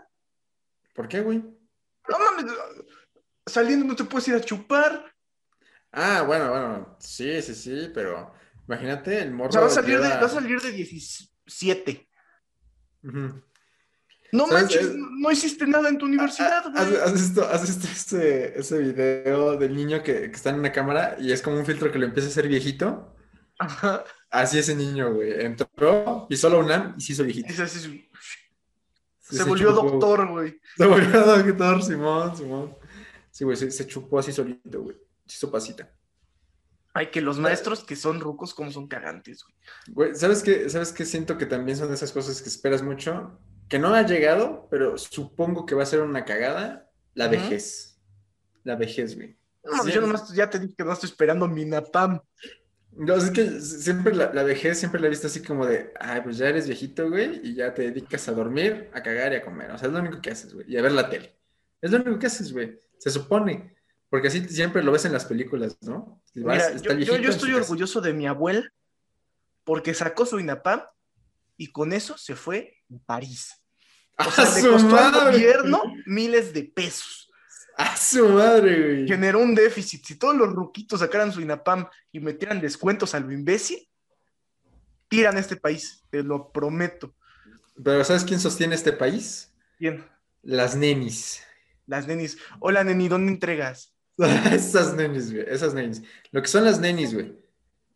[SPEAKER 5] ¿Por qué, güey?
[SPEAKER 4] No mames, saliendo no te puedes ir a chupar.
[SPEAKER 5] Ah, bueno, bueno, sí, sí, sí, pero imagínate el morro.
[SPEAKER 4] O sea, va a
[SPEAKER 5] que
[SPEAKER 4] salir de,
[SPEAKER 5] era-
[SPEAKER 4] va a salir de 17.
[SPEAKER 5] Ujú.
[SPEAKER 4] No
[SPEAKER 5] ¿Sabes?
[SPEAKER 4] manches,
[SPEAKER 5] Es-
[SPEAKER 4] no, no hiciste nada en tu universidad,
[SPEAKER 5] ¿Has,
[SPEAKER 4] güey.
[SPEAKER 5] has visto, has visto ese, ese video del niño que, que está en una cámara y es como un filtro que lo empieza a hacer viejito?
[SPEAKER 4] Ajá.
[SPEAKER 5] Así ese niño, güey. Entró, pisó la UNAM y se hizo viejito.
[SPEAKER 4] Es así,
[SPEAKER 5] Sí,
[SPEAKER 4] se volvió
[SPEAKER 5] chupó.
[SPEAKER 4] doctor, güey.
[SPEAKER 5] Se volvió doctor, Simón, Simón. Sí, güey, se, se chupó así solito, güey. Se hizo pasita.
[SPEAKER 4] Ay, que los maestros que son rucos como son cagantes, güey.
[SPEAKER 5] Güey, ¿sabes qué? ¿Sabes qué? Siento que también son de esas cosas que esperas mucho, que no ha llegado, pero supongo que va a ser una cagada. La
[SPEAKER 4] Ujú.
[SPEAKER 5] vejez. La vejez, güey.
[SPEAKER 4] No, mames,
[SPEAKER 5] Sí.
[SPEAKER 4] yo nomás ya te dije que no estoy esperando mi napam.
[SPEAKER 5] No, es que siempre la, la vejez siempre la he visto así como de, ay, pues ya eres viejito, güey, y ya te dedicas a dormir, a cagar y a comer. O sea, es lo único que haces, güey. Y a ver la tele. Es lo único que haces, güey. Se supone. Porque así siempre lo ves en las películas, ¿no? Y vas,
[SPEAKER 4] Mira,
[SPEAKER 5] está
[SPEAKER 4] yo,
[SPEAKER 5] el
[SPEAKER 4] yo- yo
[SPEAKER 5] viejito en su
[SPEAKER 4] estoy
[SPEAKER 5] casa.
[SPEAKER 4] orgulloso de mi abuela porque sacó su INAPAM y con eso se fue a París. O sea,
[SPEAKER 5] ¡A
[SPEAKER 4] le
[SPEAKER 5] su
[SPEAKER 4] costó al
[SPEAKER 5] madre!
[SPEAKER 4] gobierno miles de pesos.
[SPEAKER 5] ¡A su madre, güey!
[SPEAKER 4] Generó un déficit. Si todos los ruquitos sacaran su INAPAM y metieran descuentos a lo imbécil, tiran este país, te lo prometo.
[SPEAKER 5] Pero ¿sabes quién sostiene este país?
[SPEAKER 4] Bien,
[SPEAKER 5] Las nenis.
[SPEAKER 4] las nenis. Hola, neni, ¿dónde entregas?
[SPEAKER 5] Esas nenis, güey. Esas nenis. Lo que son las nenis, güey.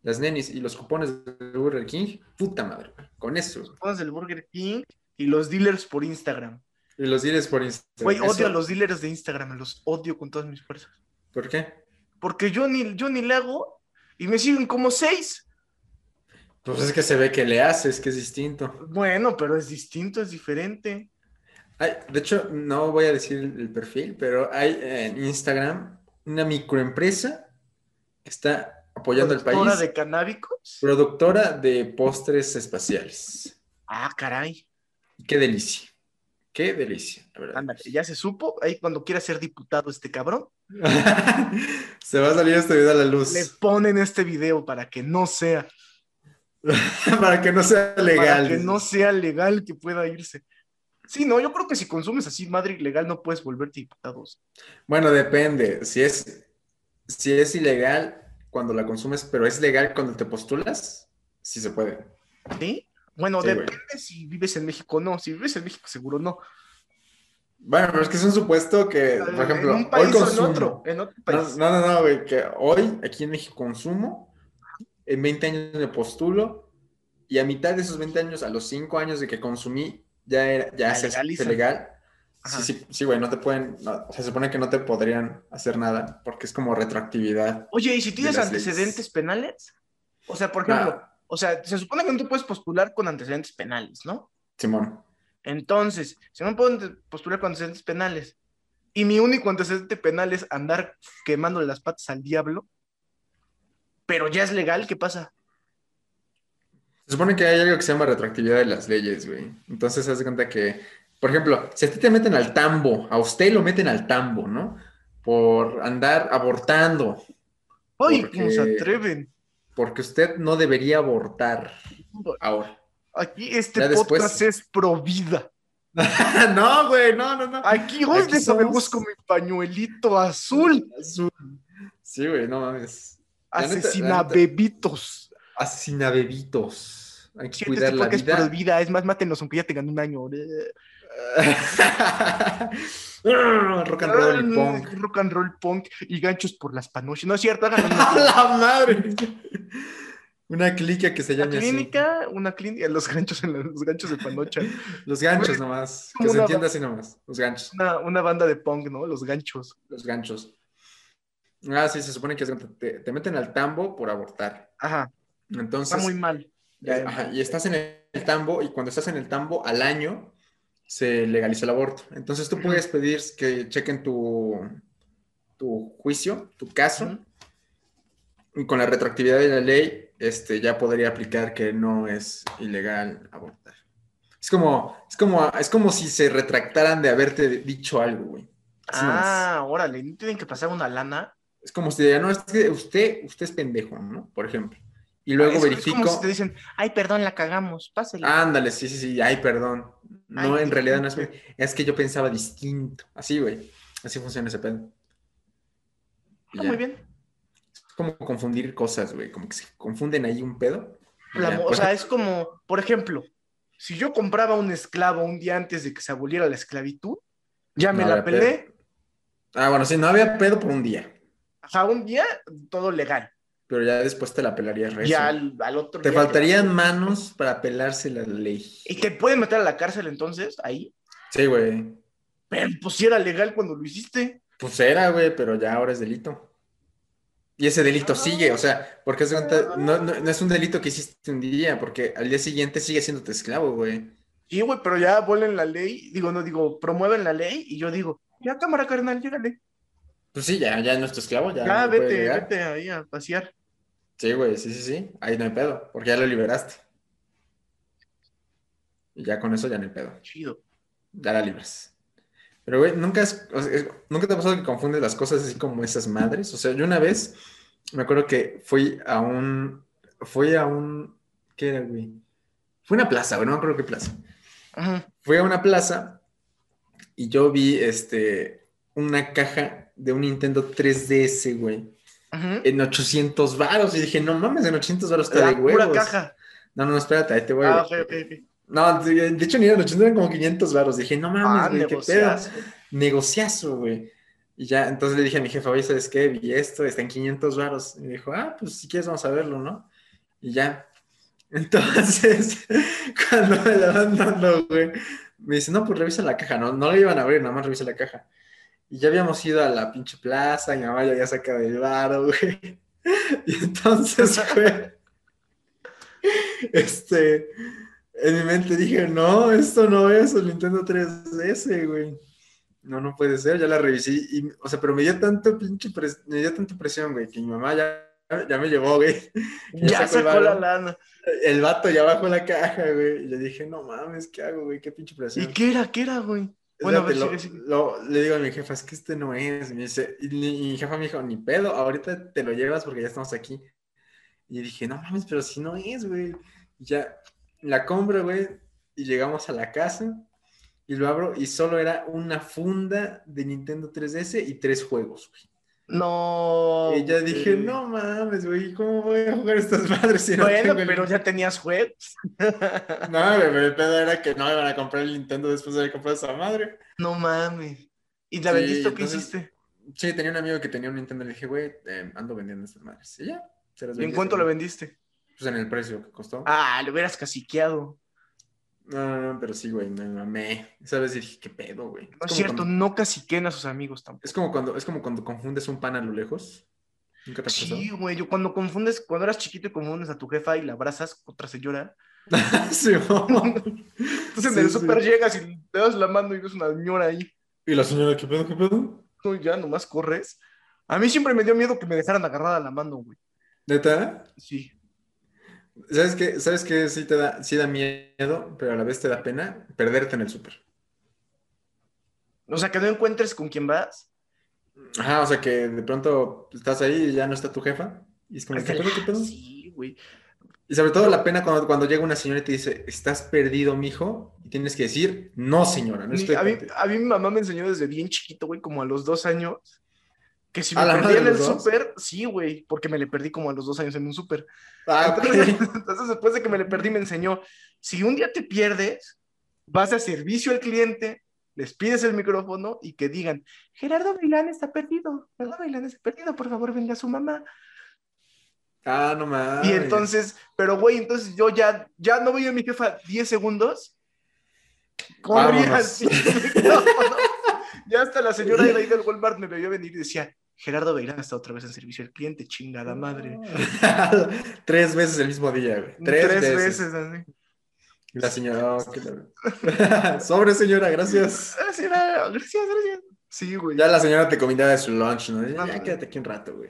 [SPEAKER 5] Las nenis y los cupones de Burger King. Puta madre, güey. Con eso, güey.
[SPEAKER 4] Pones el Burger King y los dealers por Instagram.
[SPEAKER 5] Y los diles por Instagram.
[SPEAKER 4] Güey,
[SPEAKER 5] Eso-
[SPEAKER 4] odio a los dealers de Instagram, los odio con todas mis fuerzas.
[SPEAKER 5] ¿Por qué?
[SPEAKER 4] Porque yo ni, yo ni le hago y me siguen como seis.
[SPEAKER 5] Pues es que se ve que le haces, que es distinto.
[SPEAKER 4] Bueno, pero es distinto, es diferente.
[SPEAKER 5] Ay, de hecho, no voy a decir el perfil, pero hay eh, en Instagram una microempresa que está apoyando al
[SPEAKER 4] Productora
[SPEAKER 5] país.
[SPEAKER 4] de canábicos?
[SPEAKER 5] Productora de postres espaciales.
[SPEAKER 4] Ah, caray.
[SPEAKER 5] Y Qué delicia. Qué delicia, la verdad.
[SPEAKER 4] Ándale, ya se supo. Ahí cuando quiera ser diputado este cabrón,
[SPEAKER 5] se va a salir este video a la
[SPEAKER 4] le
[SPEAKER 5] luz.
[SPEAKER 4] ponen este video para que no sea,
[SPEAKER 5] para que no sea legal.
[SPEAKER 4] para que no sea legal que pueda irse. Sí, no, yo creo que si consumes así madre ilegal no puedes volverte diputado.
[SPEAKER 5] Bueno, depende. Si es, si es ilegal cuando la consumes, pero es legal cuando te postulas, sí se puede.
[SPEAKER 4] ¿Sí? Bueno,
[SPEAKER 5] Sí, güey.
[SPEAKER 4] depende si vives en México o no. Si vives en México, seguro no.
[SPEAKER 5] Bueno, pero es que es un supuesto que, por ejemplo,
[SPEAKER 4] Eh, en un país
[SPEAKER 5] hoy
[SPEAKER 4] o en
[SPEAKER 5] consumo.
[SPEAKER 4] otro. En otro
[SPEAKER 5] No,
[SPEAKER 4] país.
[SPEAKER 5] no, no, no, güey, que hoy aquí en México consumo, en 20 años me postulo, y a mitad de esos 20 años, a los 5 años de que consumí, ya era, ya
[SPEAKER 4] La
[SPEAKER 5] se hace
[SPEAKER 4] legalizan.
[SPEAKER 5] legal.
[SPEAKER 4] Ajá.
[SPEAKER 5] Sí, sí, sí, güey, no te pueden, no, se supone que no te podrían hacer nada, porque es como retroactividad.
[SPEAKER 4] Oye, ¿y si tienes
[SPEAKER 5] de las
[SPEAKER 4] antecedentes
[SPEAKER 5] leyes.
[SPEAKER 4] penales? O sea, por ejemplo,
[SPEAKER 5] Nah,
[SPEAKER 4] o sea, se supone que no te puedes postular con antecedentes penales, ¿no?
[SPEAKER 5] Simón.
[SPEAKER 4] Entonces, si no puedo ante- postular con antecedentes penales y mi único antecedente penal es andar quemándole las patas al diablo, pero ya es legal, ¿qué pasa?
[SPEAKER 5] Se supone que hay algo que se llama retroactividad de las leyes, güey. Entonces, haz de cuenta que, por ejemplo, si a ti te meten al tambo, a usted lo meten al tambo, ¿no? Por andar abortando,
[SPEAKER 4] ¡Ay,
[SPEAKER 5] Porque-
[SPEAKER 4] cómo se atreven!
[SPEAKER 5] porque usted no debería abortar ahora.
[SPEAKER 4] Aquí este
[SPEAKER 5] Ya después.
[SPEAKER 4] podcast es pro vida.
[SPEAKER 5] no, güey, no, no, no.
[SPEAKER 4] Aquí hoy
[SPEAKER 5] Aquí
[SPEAKER 4] de eso me
[SPEAKER 5] somos-
[SPEAKER 4] busco mi pañuelito azul.
[SPEAKER 5] Azul. Sí, güey, no mames. La neta- la
[SPEAKER 4] Asesina
[SPEAKER 5] neta-
[SPEAKER 4] bebitos.
[SPEAKER 5] Asesina bebitos. Hay que
[SPEAKER 4] Gente,
[SPEAKER 5] cuidar
[SPEAKER 4] este
[SPEAKER 5] la
[SPEAKER 4] podcast
[SPEAKER 5] vida.
[SPEAKER 4] es pro vida. Es más, mátenlos aunque ya tengan un año.
[SPEAKER 5] Rock and roll y punk.
[SPEAKER 4] Mm, Rock and roll punk y ganchos por las panoches. No es cierto, hagan
[SPEAKER 5] ¡A la madre! Una clica que se
[SPEAKER 4] La
[SPEAKER 5] llama así.
[SPEAKER 4] clínica, una clínica, los ganchos, en la- los ganchos de panocha.
[SPEAKER 5] Los ganchos nomás.
[SPEAKER 4] como
[SPEAKER 5] Que se
[SPEAKER 4] una-
[SPEAKER 5] entienda así nomás. Los ganchos.
[SPEAKER 4] Una, una banda de punk, ¿no? Los ganchos.
[SPEAKER 5] Los ganchos. Ah, sí, se supone que te, te meten al tambo por abortar.
[SPEAKER 4] Ajá,
[SPEAKER 5] Entonces,
[SPEAKER 4] está muy mal.
[SPEAKER 5] eh, Pues ajá, y estás en el tambo, y cuando estás en el tambo al año se legaliza el aborto. Entonces tú
[SPEAKER 4] Ujú.
[SPEAKER 5] puedes pedir que chequen tu, tu juicio, tu caso,
[SPEAKER 4] Ujú.
[SPEAKER 5] y con la retroactividad de la ley, este, ya podría aplicar que no es ilegal abortar. Es como, es como, es como si se retractaran de haberte dicho algo, güey. Así nomás.
[SPEAKER 4] ah, órale, ¿no tienen que pasar una lana?
[SPEAKER 5] Es como si digan, no, es que usted, usted es pendejo, ¿no? Por ejemplo. Y
[SPEAKER 4] Ah,
[SPEAKER 5] luego
[SPEAKER 4] es- Es
[SPEAKER 5] verifico. Ah,
[SPEAKER 4] como si te dicen, ay, perdón, la cagamos, pásele.
[SPEAKER 5] Ándale, sí, sí, sí, ay, perdón. No,
[SPEAKER 4] Ay,
[SPEAKER 5] en realidad no es. mi- Es que yo pensaba distinto. Así, güey. Así funciona ese pedo. Y
[SPEAKER 4] Ah,
[SPEAKER 5] ya.
[SPEAKER 4] muy bien.
[SPEAKER 5] Es como confundir cosas, güey. Como que se confunden ahí un pedo. Y
[SPEAKER 4] La
[SPEAKER 5] ya, pues, eh.
[SPEAKER 4] mo- o
[SPEAKER 5] por
[SPEAKER 4] sea,
[SPEAKER 5] ejemplo,
[SPEAKER 4] es como, por ejemplo, si yo compraba un esclavo un día antes de que se aboliera la esclavitud, ya me
[SPEAKER 5] No
[SPEAKER 4] la
[SPEAKER 5] había
[SPEAKER 4] pelé.
[SPEAKER 5] Ah, bueno, sí, no había pedo por un día.
[SPEAKER 4] O sea, un día todo legal.
[SPEAKER 5] Pero ya después te la pelarías recio.
[SPEAKER 4] Ya al, al otro
[SPEAKER 5] Te
[SPEAKER 4] día.
[SPEAKER 5] faltarían manos para pelarse la ley.
[SPEAKER 4] ¿Y te pueden meter a la cárcel entonces? Ahí.
[SPEAKER 5] Sí, güey.
[SPEAKER 4] Pero pues si era legal cuando lo hiciste.
[SPEAKER 5] Pues era, güey, pero ya ahora es delito. Y ese delito sigue, o sea, porque haz de cuenta, no, no- no es un delito que hiciste un día, porque al día siguiente sigue siéndote esclavo, güey.
[SPEAKER 4] Sí, güey, pero ya vuelen la ley. Digo, no digo, promueven la ley y yo digo, ya cámara carnal, llégale.
[SPEAKER 5] Pues sí, ya, ya no es tu esclavo, ya.
[SPEAKER 4] Ya,
[SPEAKER 5] no te puede
[SPEAKER 4] vete,
[SPEAKER 5] llegar.
[SPEAKER 4] vete ahí a pasear.
[SPEAKER 5] Sí, güey, sí, sí, sí. Ahí no hay pedo, porque ya lo liberaste. Y ya con eso ya no hay pedo.
[SPEAKER 4] Chido.
[SPEAKER 5] Ya la libras. Pero, güey, nunca, has- o sea, es- nunca te ha pasado que confundes las cosas así como esas madres. O sea, yo una vez me acuerdo que fui a un. Fui a un. ¿Qué era, güey? Fue una plaza, güey, no me acuerdo qué plaza.
[SPEAKER 4] Ajá.
[SPEAKER 5] Fui a una plaza y yo vi este. una caja de un Nintendo 3DS, güey.
[SPEAKER 4] Ujú.
[SPEAKER 5] En 800 varos. Y dije, no mames, en 800 varos está
[SPEAKER 4] La
[SPEAKER 5] de
[SPEAKER 4] pura
[SPEAKER 5] huevos.
[SPEAKER 4] caja.
[SPEAKER 5] No, no, no, espérate, ahí te voy.
[SPEAKER 4] Ah,
[SPEAKER 5] güey.
[SPEAKER 4] ok, ok, ok.
[SPEAKER 5] No, de de hecho ni eran 80, eran como 500 varos. Dije, no mames,
[SPEAKER 4] Ah,
[SPEAKER 5] güey, qué pedo.
[SPEAKER 4] negociazo.
[SPEAKER 5] Negociazo, güey. Y ya, entonces le dije a mi jefa, oye, ¿sabes qué? Vi esto, está en 500 varos. Y me dijo, ah, pues si quieres vamos a verlo, ¿no? Y ya. Entonces, cuando me la van dando, güey, me dice, no, pues revisa la caja. No, no la iban a abrir, nada más revisa la caja. Y ya habíamos ido a la pinche plaza, mi mamá ya había sacado el varo, güey. Y entonces, güey, este, en mi mente dije, no, esto no es el Nintendo 3DS, güey. No, no puede ser, ya la revisé. Y, o sea, pero me dio tanto pinche pres- me dio tanta presión, güey, que mi mamá ya, ya me llevó, güey.
[SPEAKER 4] Ya
[SPEAKER 5] sacó el
[SPEAKER 4] sacó la
[SPEAKER 5] varo.
[SPEAKER 4] lana.
[SPEAKER 5] El vato ya bajó la caja, güey. Y le dije, no mames, ¿qué hago, güey? Qué pinche presión.
[SPEAKER 4] ¿Y qué era? ¿Qué era, güey? Bueno, a ver,
[SPEAKER 5] Espérate,
[SPEAKER 4] sigue, sigue.
[SPEAKER 5] lo- lo- le digo a mi jefa, es que este no es. Y me dice, y ni- y mi jefa me dijo, ni pedo, ahorita te lo llevas porque ya estamos aquí. Y dije, no mames, pero si no es, güey. Y Ya la compro, güey, y llegamos a la casa y lo abro y solo era una funda de Nintendo 3DS y tres juegos, güey.
[SPEAKER 4] No. Eh,
[SPEAKER 5] y ya dije,
[SPEAKER 4] güey.
[SPEAKER 5] no mames, güey, ¿cómo voy a jugar estas madres si no
[SPEAKER 4] Bueno,
[SPEAKER 5] tengo el-
[SPEAKER 4] pero ya tenías juegos.
[SPEAKER 5] No, güey, pero el pedo era que no me iban a comprar el Nintendo después de haber comprado esa madre.
[SPEAKER 4] No mames. ¿Y la
[SPEAKER 5] Sí,
[SPEAKER 4] vendiste o qué
[SPEAKER 5] entonces,
[SPEAKER 4] hiciste?
[SPEAKER 5] Sí, tenía un amigo que tenía un Nintendo y le dije, güey, eh, ando vendiendo estas madres. Y ya, se las
[SPEAKER 4] ¿Y en
[SPEAKER 5] vendí,
[SPEAKER 4] cuánto
[SPEAKER 5] se-
[SPEAKER 4] la vendiste?
[SPEAKER 5] Pues en el precio que costó.
[SPEAKER 4] Ah, lo hubieras caciqueado.
[SPEAKER 5] No, no, no, pero sí, güey, me mamé. ¿Sabes? Y dije, qué pedo, güey.
[SPEAKER 4] No es
[SPEAKER 5] como
[SPEAKER 4] cierto,
[SPEAKER 5] cuando-
[SPEAKER 4] no caciquen a sus amigos tampoco.
[SPEAKER 5] es, como cuando, es como cuando confundes un pan a lo lejos. Nunca te ha
[SPEAKER 4] Sí, güey, yo cuando confundes, cuando eras chiquito y confundes a tu jefa y la abrazas otra señora,
[SPEAKER 5] pasado? sí, mamón.
[SPEAKER 4] entonces en
[SPEAKER 5] Sí,
[SPEAKER 4] el
[SPEAKER 5] sí.
[SPEAKER 4] súper llegas y te das la mano y ves una señora ahí,
[SPEAKER 5] Y la señora, ¿qué pedo, qué pedo?
[SPEAKER 4] tú ya nomás corres. A mí siempre me dio miedo que me dejaran agarrada la mano, güey.
[SPEAKER 5] ¿Neta?
[SPEAKER 4] Sí.
[SPEAKER 5] ¿Sabes qué? ¿Sabes qué? Sí, te da, sí da miedo, pero a la vez te da pena perderte en el súper.
[SPEAKER 4] O sea, que no encuentres con quién vas.
[SPEAKER 5] Ajá, o sea que de pronto estás ahí y ya no está tu jefa. Y es como, ¿qué pedo, qué pedo?
[SPEAKER 4] Sí, güey.
[SPEAKER 5] Y sobre todo la pena cuando, cuando llega una señora y te dice, estás perdido, mijo, y tienes que decir, no, señora, no
[SPEAKER 4] Ni-
[SPEAKER 5] estoy
[SPEAKER 4] A mí,
[SPEAKER 5] contigo".
[SPEAKER 4] a mí mi mamá me enseñó desde bien chiquito, güey, como a los dos años, que si me
[SPEAKER 5] ¿A la
[SPEAKER 4] perdí
[SPEAKER 5] madre
[SPEAKER 4] en
[SPEAKER 5] de
[SPEAKER 4] el
[SPEAKER 5] los dos?
[SPEAKER 4] súper, sí, güey, porque me le perdí como a los dos años en un súper.
[SPEAKER 5] Ah, ok.
[SPEAKER 4] Entonces, entonces, después de que me le perdí, me enseñó, si un día te pierdes, vas a servicio al cliente, les pides el micrófono y que digan, Gerardo Bailán está perdido, Gerardo Bailán está perdido, por favor venga su mamá.
[SPEAKER 5] Ah, no mames.
[SPEAKER 4] y entonces, pero güey, entonces yo ya, ya no veía a mi jefa 10 segundos. Corría
[SPEAKER 5] Vámonos.
[SPEAKER 4] así. No, no. ya hasta la señora de ahí del Walmart me veía venir y decía, Gerardo Bailán está otra vez en servicio al cliente, chingada madre.
[SPEAKER 5] Tres veces el mismo día, güey. Tres,
[SPEAKER 4] Tres,
[SPEAKER 5] veces.
[SPEAKER 4] veces. así.
[SPEAKER 5] Y La señora, "Oh, qué la- Sobre, señora, gracias.
[SPEAKER 4] Ah, sí, era- gracias, gracias. Sí, güey.
[SPEAKER 5] Ya la señora te comentaba de su lunch, ¿no?
[SPEAKER 4] Ah,
[SPEAKER 5] Ya
[SPEAKER 4] no.
[SPEAKER 5] quédate aquí un rato, güey.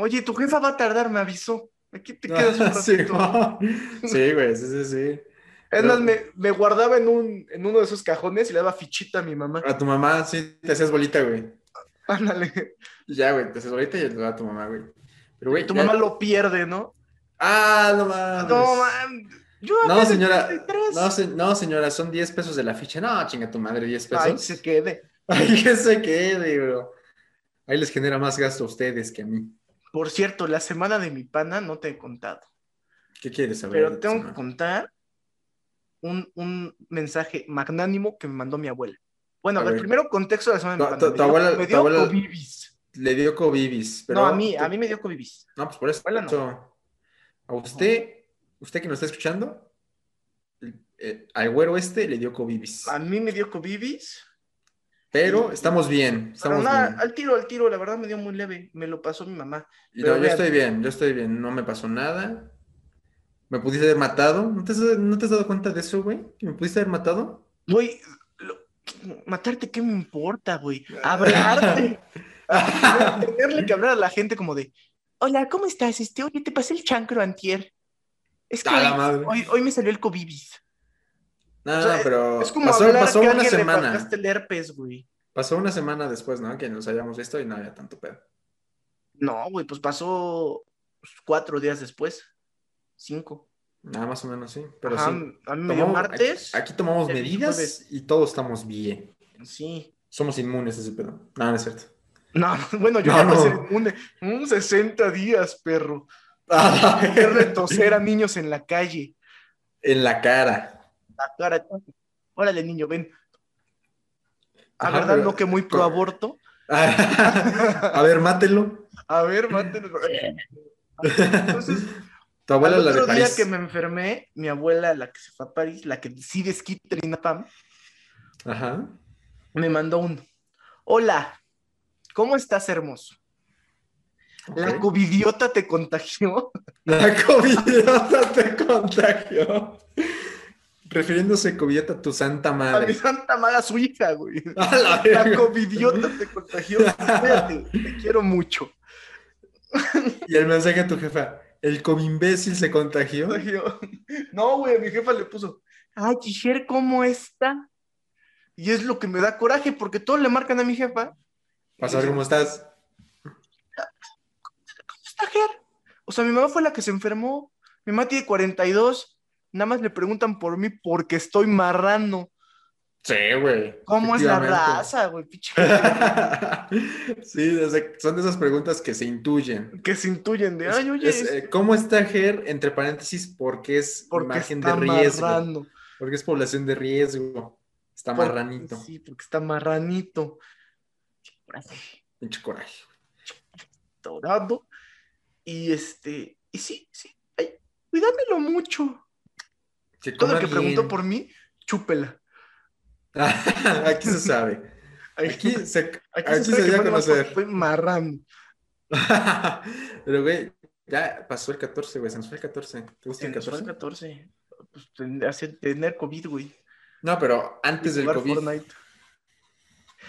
[SPEAKER 4] Oye, tu jefa va a tardar, me avisó. Aquí te quedas un
[SPEAKER 5] Ah, Sí,
[SPEAKER 4] ratito.
[SPEAKER 5] no. sí, güey, sí, sí, sí.
[SPEAKER 4] es más, me, me guardaba en, un, en uno de esos cajones y le daba fichita a mi mamá.
[SPEAKER 5] A tu mamá, sí, te hacías bolita, güey.
[SPEAKER 4] Ándale.
[SPEAKER 5] Y Ya, güey, te hacías bolita y le a tu mamá, güey. Pero, güey,
[SPEAKER 4] Tu
[SPEAKER 5] ya-
[SPEAKER 4] mamá lo pierde, ¿no?
[SPEAKER 5] Ah, no mames.
[SPEAKER 4] No, man. Yo
[SPEAKER 5] No,
[SPEAKER 4] apenas
[SPEAKER 5] señora.
[SPEAKER 4] 33.
[SPEAKER 5] No, se- no, señora, son 10 pesos de la ficha. No, chinga tu madre, 10 pesos.
[SPEAKER 4] Ay, se quede.
[SPEAKER 5] Ay, que se quede, bro. Ahí les genera más gasto a ustedes que a mí.
[SPEAKER 4] Por cierto, la semana de mi pana no te he contado,
[SPEAKER 5] ¿Qué quieres saber? de
[SPEAKER 4] pero
[SPEAKER 5] tu
[SPEAKER 4] tengo que
[SPEAKER 5] semana?
[SPEAKER 4] contar un, un mensaje magnánimo que me mandó mi abuela. Bueno, a
[SPEAKER 5] A
[SPEAKER 4] ver,
[SPEAKER 5] ver.
[SPEAKER 4] primero contexto de la semana de mi pana.
[SPEAKER 5] Tu-
[SPEAKER 4] Me
[SPEAKER 5] tu- tu
[SPEAKER 4] dio-
[SPEAKER 5] abuela-
[SPEAKER 4] me
[SPEAKER 5] tu
[SPEAKER 4] dio
[SPEAKER 5] abuela-
[SPEAKER 4] covivis.
[SPEAKER 5] Le dio covivis, pero.
[SPEAKER 4] No, a mí, a mí me dio covivis.
[SPEAKER 5] No, pues por eso.
[SPEAKER 4] Bueno,
[SPEAKER 5] A usted, usted que nos está escuchando, el- eh, al güero este le dio covivis.
[SPEAKER 4] A mí me dio covivis.
[SPEAKER 5] Pero estamos bien,
[SPEAKER 4] Pero
[SPEAKER 5] estamos
[SPEAKER 4] nada,
[SPEAKER 5] bien.
[SPEAKER 4] al tiro, al tiro, la verdad me dio muy leve, me lo pasó mi mamá.
[SPEAKER 5] Y
[SPEAKER 4] Pero
[SPEAKER 5] no, yo
[SPEAKER 4] vean.
[SPEAKER 5] estoy bien, yo estoy bien, no me pasó nada. Me pudiste haber matado. ¿No te, has- no te has dado cuenta de eso, güey? ¿Que me pudiste haber matado?
[SPEAKER 4] Güey, lo- matarte, ¿qué me importa, güey? Hablarte, tenerle que hablar a la gente como de, hola, ¿cómo estás? Este, oye, te pasé el chancro antier. Es que
[SPEAKER 5] A la
[SPEAKER 4] hoy,
[SPEAKER 5] madre.
[SPEAKER 4] hoy- hoy me salió el covivis.
[SPEAKER 5] No,
[SPEAKER 4] o sea,
[SPEAKER 5] no, pero
[SPEAKER 4] Es como
[SPEAKER 5] pasó,
[SPEAKER 4] hablar
[SPEAKER 5] pasó
[SPEAKER 4] que a
[SPEAKER 5] una
[SPEAKER 4] alguien le
[SPEAKER 5] semana.
[SPEAKER 4] pasaste el herpes, güey.
[SPEAKER 5] Pasó una semana después, ¿no? Que nos hayamos visto y no había tanto pedo.
[SPEAKER 4] No, güey, pues pasó cuatro días después. Cinco.
[SPEAKER 5] Nada, más o menos sí. Pero
[SPEAKER 4] Ajá,
[SPEAKER 5] sí.
[SPEAKER 4] a mí me dio
[SPEAKER 5] tomamos-
[SPEAKER 4] martes.
[SPEAKER 5] Aquí, aquí tomamos
[SPEAKER 4] el
[SPEAKER 5] medidas
[SPEAKER 4] jueves.
[SPEAKER 5] y todos estamos bien.
[SPEAKER 4] Sí.
[SPEAKER 5] somos inmunes a ese pedo. No, no es cierto.
[SPEAKER 4] No, bueno, yo
[SPEAKER 5] No,
[SPEAKER 4] no,
[SPEAKER 5] no.
[SPEAKER 4] ser inmune. Mm, 60 días, perro. Verle toser a niños en la calle.
[SPEAKER 5] en la cara.
[SPEAKER 4] La cara. Órale, niño, ven. A
[SPEAKER 5] Ajá,
[SPEAKER 4] verdad,
[SPEAKER 5] pero-
[SPEAKER 4] no que muy pro aborto.
[SPEAKER 5] a ver, mátelo.
[SPEAKER 4] A ver, mátenlo. Entonces,
[SPEAKER 5] Tu abuela
[SPEAKER 4] al
[SPEAKER 5] la de
[SPEAKER 4] otro día
[SPEAKER 5] París.
[SPEAKER 4] que me enfermé, mi abuela, la que se fue a París, la que sí desquita Trina Pam,
[SPEAKER 5] Ajá.
[SPEAKER 4] me mandó un: Hola, ¿cómo estás, hermoso? La
[SPEAKER 5] Ok.
[SPEAKER 4] covidiota te contagió.
[SPEAKER 5] La covidiosa te contagió. Refiriéndose a covidiota, tu santa
[SPEAKER 4] A mi
[SPEAKER 5] madre.
[SPEAKER 4] santa mala su hija, güey.
[SPEAKER 5] A la
[SPEAKER 4] La
[SPEAKER 5] verga.
[SPEAKER 4] covidiota te contagió. Cuídate, te quiero mucho.
[SPEAKER 5] Y el mensaje a tu jefa. El covimbécil se contagió.
[SPEAKER 4] Contagió. No, güey, a mi jefa le puso, ay, Gisher, ¿cómo está? Y es lo que me da coraje, porque todos le marcan a mi jefa,
[SPEAKER 5] Vas a ver cómo estás.
[SPEAKER 4] "¿Está Ger?". O sea, mi mamá fue la que se enfermó. Mi mamá tiene 42. Nada más le preguntan por mí porque estoy marrano.
[SPEAKER 5] Sí, güey.
[SPEAKER 4] ¿Cómo es la
[SPEAKER 5] Efectivamente.
[SPEAKER 4] raza, güey? Pinche
[SPEAKER 5] sí, o sea, son de esas preguntas que se intuyen.
[SPEAKER 4] que se intuyen de, ay, oye,
[SPEAKER 5] Es,
[SPEAKER 4] es
[SPEAKER 5] eh, ¿Cómo está Ger? Entre paréntesis, porque es
[SPEAKER 4] porque
[SPEAKER 5] margen
[SPEAKER 4] está
[SPEAKER 5] de riesgo.
[SPEAKER 4] marrano.
[SPEAKER 5] Porque es población de riesgo. Está
[SPEAKER 4] Por-
[SPEAKER 5] marranito.
[SPEAKER 4] Sí, porque está marranito.
[SPEAKER 5] Pinche coraje.
[SPEAKER 4] dorado. Y este, y sí, sí, ay, cuídamelo mucho.
[SPEAKER 5] Que
[SPEAKER 4] Todo
[SPEAKER 5] coma
[SPEAKER 4] el que
[SPEAKER 5] bien.
[SPEAKER 4] preguntó por mí, chúpela.
[SPEAKER 5] Aquí se sabe. Aquí se,
[SPEAKER 4] aquí
[SPEAKER 5] aquí se
[SPEAKER 4] sabe que
[SPEAKER 5] dio a
[SPEAKER 4] fue nomás porque
[SPEAKER 5] conocer.
[SPEAKER 4] Fue marrano.
[SPEAKER 5] Pero, güey, ya pasó el 14, güey. Se nos fue el 14. ¿Te gusta el 14?
[SPEAKER 4] 14. Pues ten- hacer- tener COVID, güey.
[SPEAKER 5] No, pero antes del
[SPEAKER 4] Jugar
[SPEAKER 5] COVID.
[SPEAKER 4] Fortnite.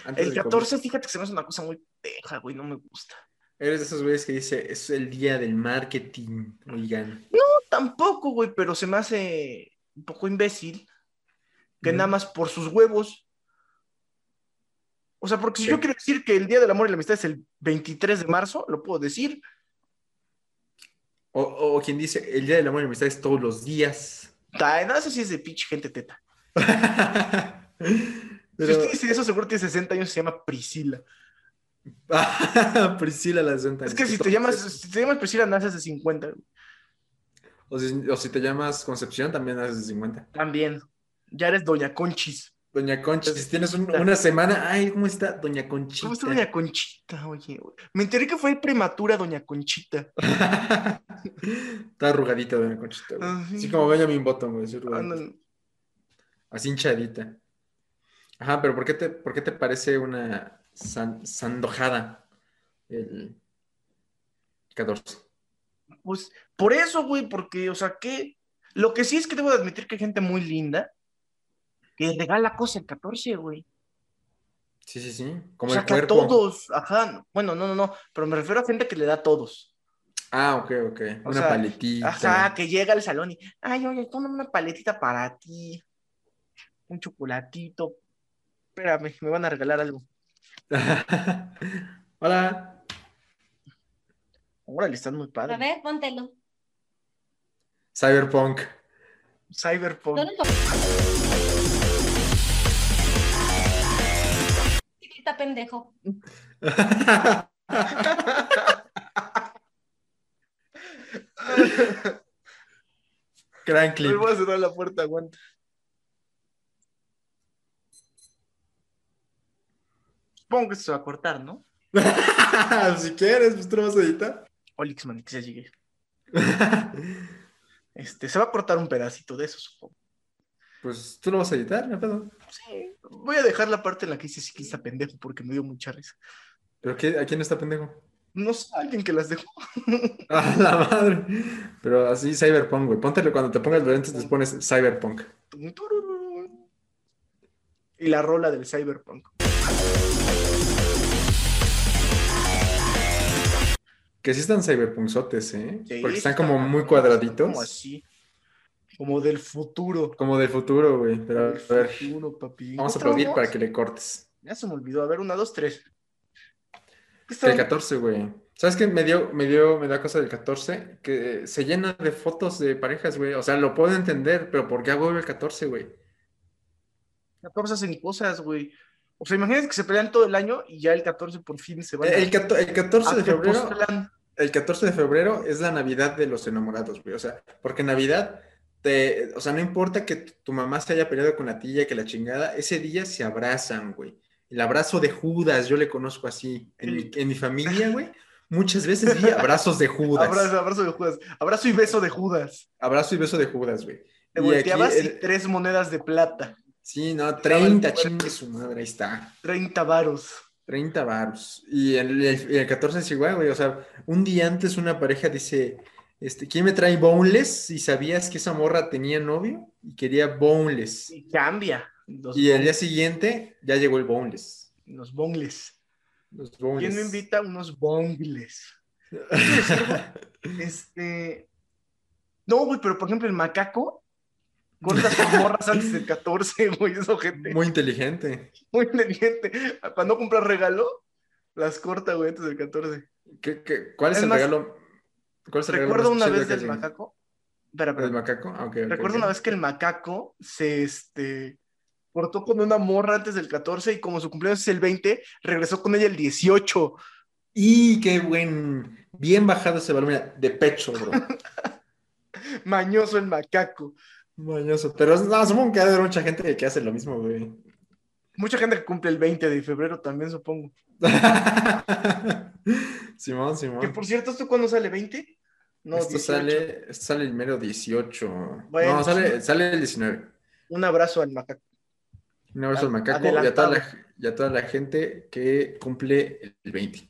[SPEAKER 5] antes
[SPEAKER 4] El
[SPEAKER 5] del COVID.
[SPEAKER 4] 14, fíjate que se me hace una cosa muy teja, güey, no me gusta.
[SPEAKER 5] Eres de esos güeyes que dice, es el día del marketing, oigan.
[SPEAKER 4] No, tampoco, güey, pero se me hace un poco imbécil que
[SPEAKER 5] Ujú.
[SPEAKER 4] nada más por sus huevos. O sea, porque si
[SPEAKER 5] Sí.
[SPEAKER 4] yo quiero decir que el Día del Amor y la Amistad es el 23 de marzo, lo puedo decir.
[SPEAKER 5] O, o quien dice, el día del amor y la amistad es todos los días.
[SPEAKER 4] Ta- No, eso sí es de pinche gente teta. Si
[SPEAKER 5] Pero...
[SPEAKER 4] usted dice eso, seguro tiene 60 años, se llama Priscila.
[SPEAKER 5] Priscila la santa.
[SPEAKER 4] Es que si te llamas, si te llamas Priscila, naces de 50. güey.
[SPEAKER 5] O si, o si te llamas Concepción, también haces de 50.
[SPEAKER 4] También. Ya eres Doña Conchis.
[SPEAKER 5] Doña Conchis, si tienes un- una semana. Ay, ¿cómo está Doña Conchita?
[SPEAKER 4] ¿Cómo está Doña Conchita? Oye, güey. me enteré que fue prematura Doña Conchita.
[SPEAKER 5] Está arrugadita Doña Conchita, güey.
[SPEAKER 4] Ajá.
[SPEAKER 5] Así como Benjamin Button, güey. así arrugadita.
[SPEAKER 4] Ándale.
[SPEAKER 5] Así hinchadita. Ajá, pero ¿por qué te, por qué te parece una san- sandojada el 14?
[SPEAKER 4] Pues por eso, güey, porque, o sea, que lo que sí es que debo de admitir que hay gente muy linda que regala cosas el 14, güey.
[SPEAKER 5] Sí, sí, sí.
[SPEAKER 4] O
[SPEAKER 5] Como
[SPEAKER 4] sea,
[SPEAKER 5] el
[SPEAKER 4] que a
[SPEAKER 5] cuerpo.
[SPEAKER 4] todos, ajá. Bueno, no, no, no, pero me refiero a gente que le da a todos.
[SPEAKER 5] Ah, ok, ok.
[SPEAKER 4] O
[SPEAKER 5] una
[SPEAKER 4] sea,
[SPEAKER 5] paletita.
[SPEAKER 4] Ajá, que llega al salón y, ay, oye, ponme una paletita para ti, un chocolatito. Espérame, me van a regalar algo.
[SPEAKER 5] Hola.
[SPEAKER 4] Órale, están muy
[SPEAKER 6] A
[SPEAKER 4] padres.
[SPEAKER 6] ver, póntelo.
[SPEAKER 5] Cyberpunk.
[SPEAKER 4] Cyberpunk.
[SPEAKER 6] ¿Dónde lo- Chiquita pendejo.
[SPEAKER 5] Gran clip.
[SPEAKER 4] Me voy a cerrar la puerta, aguanta. Supongo que se va a cortar, ¿no?
[SPEAKER 5] si quieres, pues tú lo vas a editar.
[SPEAKER 4] Olix Manix, ya llegué. Este, se va a cortar un pedacito de eso, supongo.
[SPEAKER 5] pues tú lo vas a editar, no hay pedo.
[SPEAKER 4] Sí. Voy a dejar la parte en la que dice ciclista pendejo porque me dio mucha risa.
[SPEAKER 5] ¿Pero qué, a quién está pendejo?
[SPEAKER 4] No sé, alguien que las dejó.
[SPEAKER 5] A la madre. Pero así Cyberpunk, güey. Póntelo cuando te pongas los lentes, te pones Cyberpunk.
[SPEAKER 4] Tururú. Y la rola del cyberpunk.
[SPEAKER 5] Que sí están cyberpunksotes, ¿eh?
[SPEAKER 4] Sí,
[SPEAKER 5] Porque están
[SPEAKER 4] sí
[SPEAKER 5] como
[SPEAKER 4] está-
[SPEAKER 5] muy
[SPEAKER 4] Como
[SPEAKER 5] cuadraditos.
[SPEAKER 4] así. Como del futuro.
[SPEAKER 5] Como del futuro, güey. Pero a
[SPEAKER 4] Del
[SPEAKER 5] ver,
[SPEAKER 4] futuro, papi. ¿Encontramos?
[SPEAKER 5] vamos a aplaudir para que le cortes.
[SPEAKER 4] Ya se me olvidó. A ver, una, dos, tres. ¿Qué
[SPEAKER 5] El
[SPEAKER 4] estaban-
[SPEAKER 5] 14, güey. ¿Sabes qué? Me dio, me dio, me da cosa del 14, que se llena de fotos de parejas, güey. O sea, lo puedo entender, pero ¿por qué hago el 14, güey?
[SPEAKER 4] las cosas en cosas, güey. O O sea, imagínate que se pelean todo el año y ya el 14 por fin se van. a-
[SPEAKER 5] El, cato- el 14
[SPEAKER 4] a
[SPEAKER 5] de febrero.
[SPEAKER 4] Tepoztlán.
[SPEAKER 5] El 14 de febrero es la Navidad de los enamorados, güey. O sea, porque Navidad, te, o sea, no importa que tu mamá se haya peleado con la tía, que la chingada, ese día se abrazan, güey. El abrazo de Judas, yo le conozco así. En, mi, en mi familia, güey, muchas veces vi abrazos de Judas.
[SPEAKER 4] Abrazo, abrazo de Judas. Abrazo y beso de Judas.
[SPEAKER 5] Abrazo y beso de Judas, güey.
[SPEAKER 4] Te
[SPEAKER 5] Y
[SPEAKER 4] volteabas
[SPEAKER 5] aquí,
[SPEAKER 4] y
[SPEAKER 5] el-
[SPEAKER 4] tres monedas de plata.
[SPEAKER 5] sí, no, 30, chingue su madre, ahí está.
[SPEAKER 4] 30 varos.
[SPEAKER 5] 30 baros. Y el, el- y el 14 es igual, güey. O sea, un día antes una pareja dice, este, ¿quién me trae boneless? Y sabías que esa morra tenía novio y quería boneless.
[SPEAKER 4] Y cambia. Los,
[SPEAKER 5] Y al día siguiente ya llegó el boneless.
[SPEAKER 4] los bongles.
[SPEAKER 5] Los
[SPEAKER 4] ¿Quién me
[SPEAKER 5] boneless.
[SPEAKER 4] invita? Unos bongles. Este. No, güey, pero por ejemplo, el macaco corta sus morras antes del 14, güey. Eso, gente. Muy,
[SPEAKER 5] Muy inteligente.
[SPEAKER 4] inteligente. Para no comprar regalo, las corta, güey, antes del 14.
[SPEAKER 5] ¿Qué- qué- cuál es,
[SPEAKER 4] Es
[SPEAKER 5] el
[SPEAKER 4] más,
[SPEAKER 5] regalo? ¿Cuál es el regalo
[SPEAKER 4] Recuerdo
[SPEAKER 5] más
[SPEAKER 4] una
[SPEAKER 5] chido
[SPEAKER 4] vez
[SPEAKER 5] que has
[SPEAKER 4] del
[SPEAKER 5] llegado?
[SPEAKER 4] macaco. Espera, espera.
[SPEAKER 5] ¿Del macaco? Ah, ok, ok,
[SPEAKER 4] Recuerdo
[SPEAKER 5] ok.
[SPEAKER 4] una vez que el macaco se este, portó con una morra antes del 14 y como su cumpleaños es el 20, regresó con ella el 18.
[SPEAKER 5] Y qué buen, bien bajado ese balón, mira, de pecho, bro.
[SPEAKER 4] Mañoso el macaco.
[SPEAKER 5] Mañoso. Pero no, supongo que ha de haber mucha gente que hace lo mismo, güey.
[SPEAKER 4] Mucha gente que cumple el 20 de febrero también, supongo.
[SPEAKER 5] Simón, Simón.
[SPEAKER 4] Que por cierto, ¿tú cuándo sale 20? No,
[SPEAKER 5] esto,
[SPEAKER 4] 18.
[SPEAKER 5] sale, esto sale el mero 18.
[SPEAKER 4] Bueno,
[SPEAKER 5] no, sale, sale el 19.
[SPEAKER 4] Un abrazo al macaco.
[SPEAKER 5] Un abrazo al macaco y a,
[SPEAKER 4] Adelantado.
[SPEAKER 5] toda la, y a toda la gente que cumple el 20.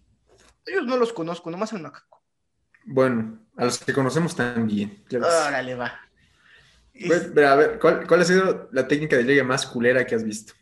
[SPEAKER 4] Ellos no los conozco, nomás al macaco.
[SPEAKER 5] Bueno, a los que conocemos también. claro que sí.
[SPEAKER 4] Órale, va. Es-
[SPEAKER 5] Güey, pero a ver, ¿cuál, cuál ha sido la técnica de llegue más culera que has visto?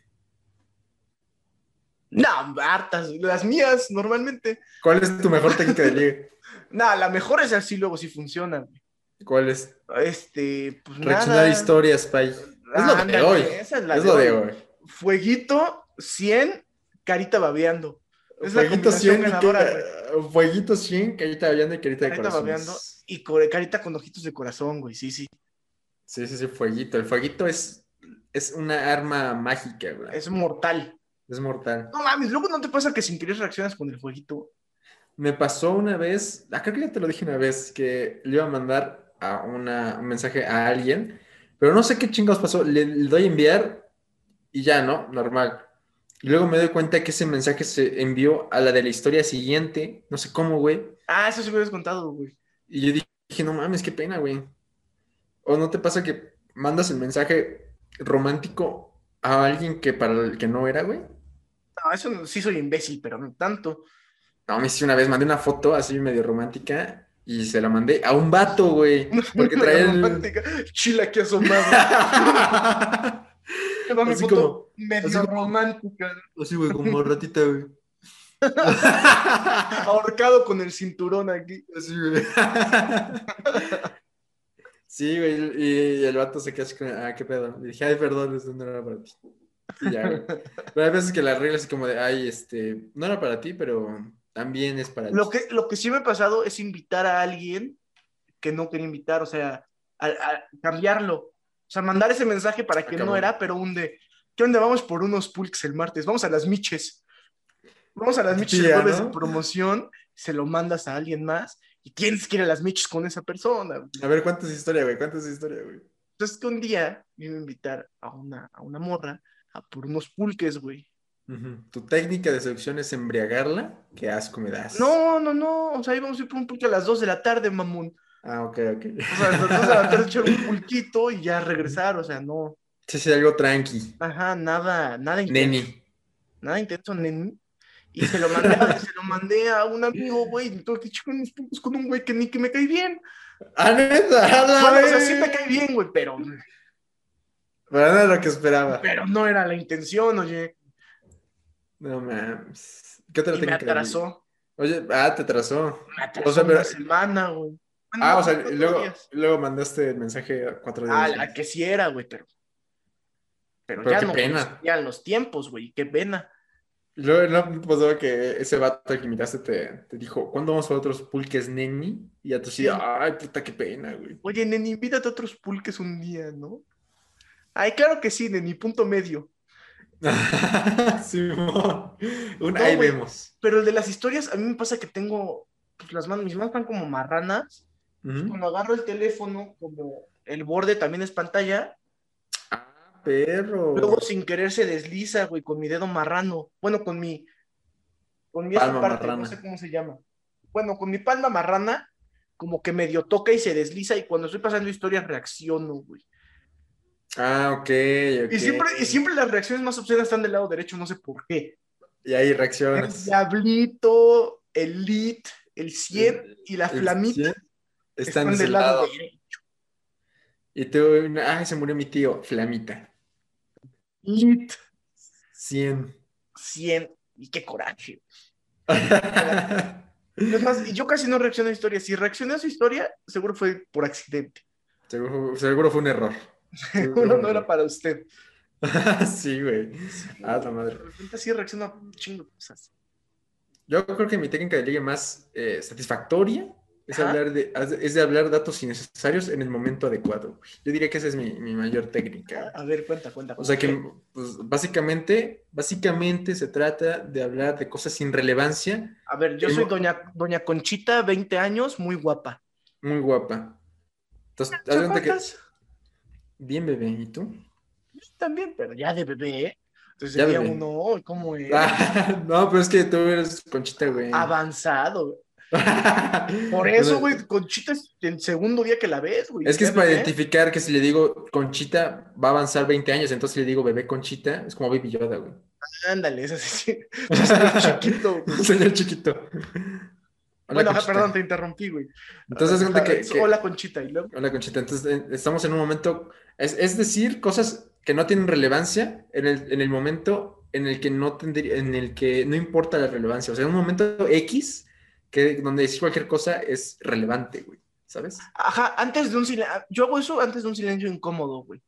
[SPEAKER 4] No, hartas, las mías normalmente.
[SPEAKER 5] ¿Cuál es tu mejor técnica de llegue?
[SPEAKER 4] No, la mejor es así, luego sí funciona. güey.
[SPEAKER 5] ¿Cuál es?
[SPEAKER 4] Este, pues
[SPEAKER 5] Reaccionar
[SPEAKER 4] nada.
[SPEAKER 5] a historias, pay. Es lo de
[SPEAKER 4] Ándale,
[SPEAKER 5] hoy.
[SPEAKER 4] esa es la
[SPEAKER 5] Es
[SPEAKER 4] de
[SPEAKER 5] lo
[SPEAKER 4] hoy.
[SPEAKER 5] de hoy.
[SPEAKER 4] Fueguito, 100, carita babeando. Es la
[SPEAKER 5] Fueguito
[SPEAKER 4] combinación
[SPEAKER 5] 100 y
[SPEAKER 4] ganadora,
[SPEAKER 5] carita- Fueguito 100, carita babeando y carita de
[SPEAKER 4] Carita
[SPEAKER 5] corazones.
[SPEAKER 4] babeando y core- carita con ojitos de corazón, güey. Sí, sí.
[SPEAKER 5] Sí, sí, sí, fueguito. El fueguito es, es una arma mágica, güey. Es,
[SPEAKER 4] Es mortal.
[SPEAKER 5] mortal.
[SPEAKER 4] No mames, luego no te pasa que sin querer reaccionas con el fueguito.
[SPEAKER 5] Me pasó una vez, ah, creo que ya te lo dije una vez, que le iba a mandar a una, un mensaje a alguien, pero no sé qué chingados pasó. Le, le doy enviar y ya, ¿no? Normal. Y luego me doy cuenta que ese mensaje se envió a la de la historia siguiente, no sé cómo, güey.
[SPEAKER 4] Ah, eso sí me hubieras contado, güey.
[SPEAKER 5] Y yo dije, dije, no mames, qué pena, güey. O no te pasa que mandas el mensaje romántico a alguien que para el que no era, güey.
[SPEAKER 4] No, eso no- sí soy imbécil, pero no tanto.
[SPEAKER 5] No, me hice una vez, mandé una foto así medio romántica y se la mandé a un vato, güey. Porque traía el...
[SPEAKER 4] romántica. Chila que asomado. Te va mi
[SPEAKER 5] Así
[SPEAKER 4] foto
[SPEAKER 5] como-
[SPEAKER 4] medio
[SPEAKER 5] así como-
[SPEAKER 4] romántica.
[SPEAKER 5] Así, güey, como ratita, güey.
[SPEAKER 4] Ahorcado con el cinturón aquí.
[SPEAKER 5] Así, güey. Sí, güey, y, y el vato se quedó así como, ah, qué pedo. Le dije, ay, perdón, eso no era para ti. Y ya, güey. Pero hay veces que la regla es como de, ay, este, no era para ti, pero también es para
[SPEAKER 4] Lo
[SPEAKER 5] ti.
[SPEAKER 4] que, lo que sí me ha pasado es invitar a alguien que no quería invitar, o sea, a, a cambiarlo. O sea, mandar ese mensaje para que no
[SPEAKER 5] Acabó.
[SPEAKER 4] era, pero un de, ¿qué onda? Vamos por unos pulques el martes, vamos a las miches. Vamos a las miches el
[SPEAKER 5] Tía,
[SPEAKER 4] jueves
[SPEAKER 5] ¿no?
[SPEAKER 4] de promoción, se lo mandas a alguien más y tienes que ir a las miches con esa persona.
[SPEAKER 5] A ver, ¿cuánto es historia, güey? ¿Cuánto es historia, güey?
[SPEAKER 4] Entonces que un día me iba a invitar a una, a una morra a por unos pulques, güey.
[SPEAKER 5] Ujú. Tu técnica de seducción es embriagarla. Qué asco me das.
[SPEAKER 4] No, no, no, o sea, íbamos a ir por un pulque a las 2 de la tarde, mamón.
[SPEAKER 5] Ah, ok, ok.
[SPEAKER 4] O sea, entonces levantarse, echar un pulquito y ya regresar, o sea, no.
[SPEAKER 5] Sí, sí, algo tranqui.
[SPEAKER 4] Ajá, nada, nada intenso.
[SPEAKER 5] Neni.
[SPEAKER 4] Nada intenso, neni. Y se lo mandé, a- se lo mandé a un amigo, güey, y tuve que echar unos pulcos con un güey que ni que me cae bien.
[SPEAKER 5] ¡Ah, neta! ¡A la
[SPEAKER 4] Bueno, o sea,
[SPEAKER 5] vez!
[SPEAKER 4] sí me cae bien, güey, pero,
[SPEAKER 5] Pero no era lo que esperaba.
[SPEAKER 4] pero no era la intención, oye.
[SPEAKER 5] No mames. ¿Qué otra
[SPEAKER 4] Y me
[SPEAKER 5] técnica? de-
[SPEAKER 4] atrasó.
[SPEAKER 5] Oye, ah, te atrasó.
[SPEAKER 4] Me atrasó
[SPEAKER 5] O sea, pero-
[SPEAKER 4] una semana, güey.
[SPEAKER 5] Ah,
[SPEAKER 4] No,
[SPEAKER 5] o sea,
[SPEAKER 4] cuatro
[SPEAKER 5] luego,
[SPEAKER 4] días.
[SPEAKER 5] luego mandaste el mensaje a cuatro días.
[SPEAKER 4] Ah,
[SPEAKER 5] después.
[SPEAKER 4] la que sí era, güey, pero. Pero,
[SPEAKER 5] Pero
[SPEAKER 4] ya
[SPEAKER 5] qué
[SPEAKER 4] no
[SPEAKER 5] pena.
[SPEAKER 4] coincidían los tiempos, güey, qué pena.
[SPEAKER 5] Y Luego no pasó que ese vato que invitaste te, te dijo, ¿cuándo vamos a otros pulques, neni? Y ya tú sí,
[SPEAKER 4] Sí.
[SPEAKER 5] ay, puta, qué pena, güey.
[SPEAKER 4] Oye, Neni, invítate a otros pulques un día, ¿no? Ay, claro que sí, Neni, punto medio.
[SPEAKER 5] Simón. Un
[SPEAKER 4] No,
[SPEAKER 5] ahí
[SPEAKER 4] güey.
[SPEAKER 5] vemos.
[SPEAKER 4] Pero el de las historias, a mí me pasa que tengo, pues las manos, mis manos están como marranas.
[SPEAKER 5] Ujú.
[SPEAKER 4] Cuando agarro el teléfono, como el borde también es pantalla,
[SPEAKER 5] Ah, perro.
[SPEAKER 4] luego sin querer se desliza, güey, con mi dedo marrano. Bueno, con mi, con mi esa
[SPEAKER 5] Palma
[SPEAKER 4] parte,
[SPEAKER 5] marrana.
[SPEAKER 4] no sé cómo se llama. Bueno, con mi palma marrana, como que medio toca y se desliza y cuando estoy pasando historias reacciono, güey.
[SPEAKER 5] Ah, ok, ok.
[SPEAKER 4] Y siempre, y siempre las reacciones más obscenas están del lado derecho, no sé por qué.
[SPEAKER 5] Y ahí
[SPEAKER 4] El
[SPEAKER 5] reaccionas.
[SPEAKER 4] diablito, el lit, el 100 y la
[SPEAKER 5] El
[SPEAKER 4] flamita
[SPEAKER 5] cien Están,
[SPEAKER 4] están
[SPEAKER 5] de
[SPEAKER 4] del
[SPEAKER 5] su
[SPEAKER 4] lado
[SPEAKER 5] lado.
[SPEAKER 4] derecho.
[SPEAKER 5] Y tú, ay, se murió mi tío. Flamita.
[SPEAKER 4] Lit,
[SPEAKER 5] 100.
[SPEAKER 4] 100 y qué coraje. Es más, yo casi no reacciono a historias. Si reaccioné a su historia, seguro fue por accidente.
[SPEAKER 5] seguro, seguro fue un error.
[SPEAKER 4] Seguro no era para usted.
[SPEAKER 5] sí, güey. Ah, la madre.
[SPEAKER 4] De repente sí reacciona a un chingo de cosas.
[SPEAKER 5] Yo creo que mi técnica de ligue más eh, satisfactoria es
[SPEAKER 4] Ajá.
[SPEAKER 5] hablar, de, es de hablar datos innecesarios en el momento adecuado. güey. Yo diría que esa es mi, mi mayor técnica.
[SPEAKER 4] A ver, cuenta, cuenta.
[SPEAKER 5] O sea que pues, básicamente, básicamente se trata de hablar de cosas sin relevancia,
[SPEAKER 4] A ver, yo soy doña, doña Conchita, 20 años, muy guapa.
[SPEAKER 5] muy guapa. Entonces, haz de cuenta que...
[SPEAKER 4] ¿Cuántas?
[SPEAKER 5] Bien, bebé, ¿y tú?
[SPEAKER 4] También, pero ya de bebé, ¿eh? Entonces
[SPEAKER 5] Ya
[SPEAKER 4] sería
[SPEAKER 5] bebé.
[SPEAKER 4] uno, "Ay, ¿cómo es?
[SPEAKER 5] Ah, no, pero es que tú eres conchita, güey.
[SPEAKER 4] Avanzado. Ah, Por eso, güey, Conchita es el segundo día que la ves, güey.
[SPEAKER 5] Es que
[SPEAKER 4] Ya
[SPEAKER 5] es para
[SPEAKER 4] bebé.
[SPEAKER 5] identificar que si le digo Conchita va a avanzar 20 años, entonces si le digo bebé Conchita, es como Baby Yoda, güey.
[SPEAKER 4] Ándale, es así. Es un chiquito. güey.
[SPEAKER 5] Un señor chiquito. Hola,
[SPEAKER 4] bueno, ajá,
[SPEAKER 5] Conchita.
[SPEAKER 4] perdón, te interrumpí, güey.
[SPEAKER 5] Entonces, haz de cuenta que- que-
[SPEAKER 4] Hola, Conchita, y luego.
[SPEAKER 5] Hola, Conchita. Entonces, eh, estamos en un momento, es, es decir, cosas que no tienen relevancia en el, en el momento en el que no tendría, en el que no importa la relevancia. O sea, en un momento X, que donde decir cualquier cosa es relevante, güey. ¿Sabes?
[SPEAKER 4] Ajá, antes de un silencio. Yo hago eso antes de un silencio incómodo, güey.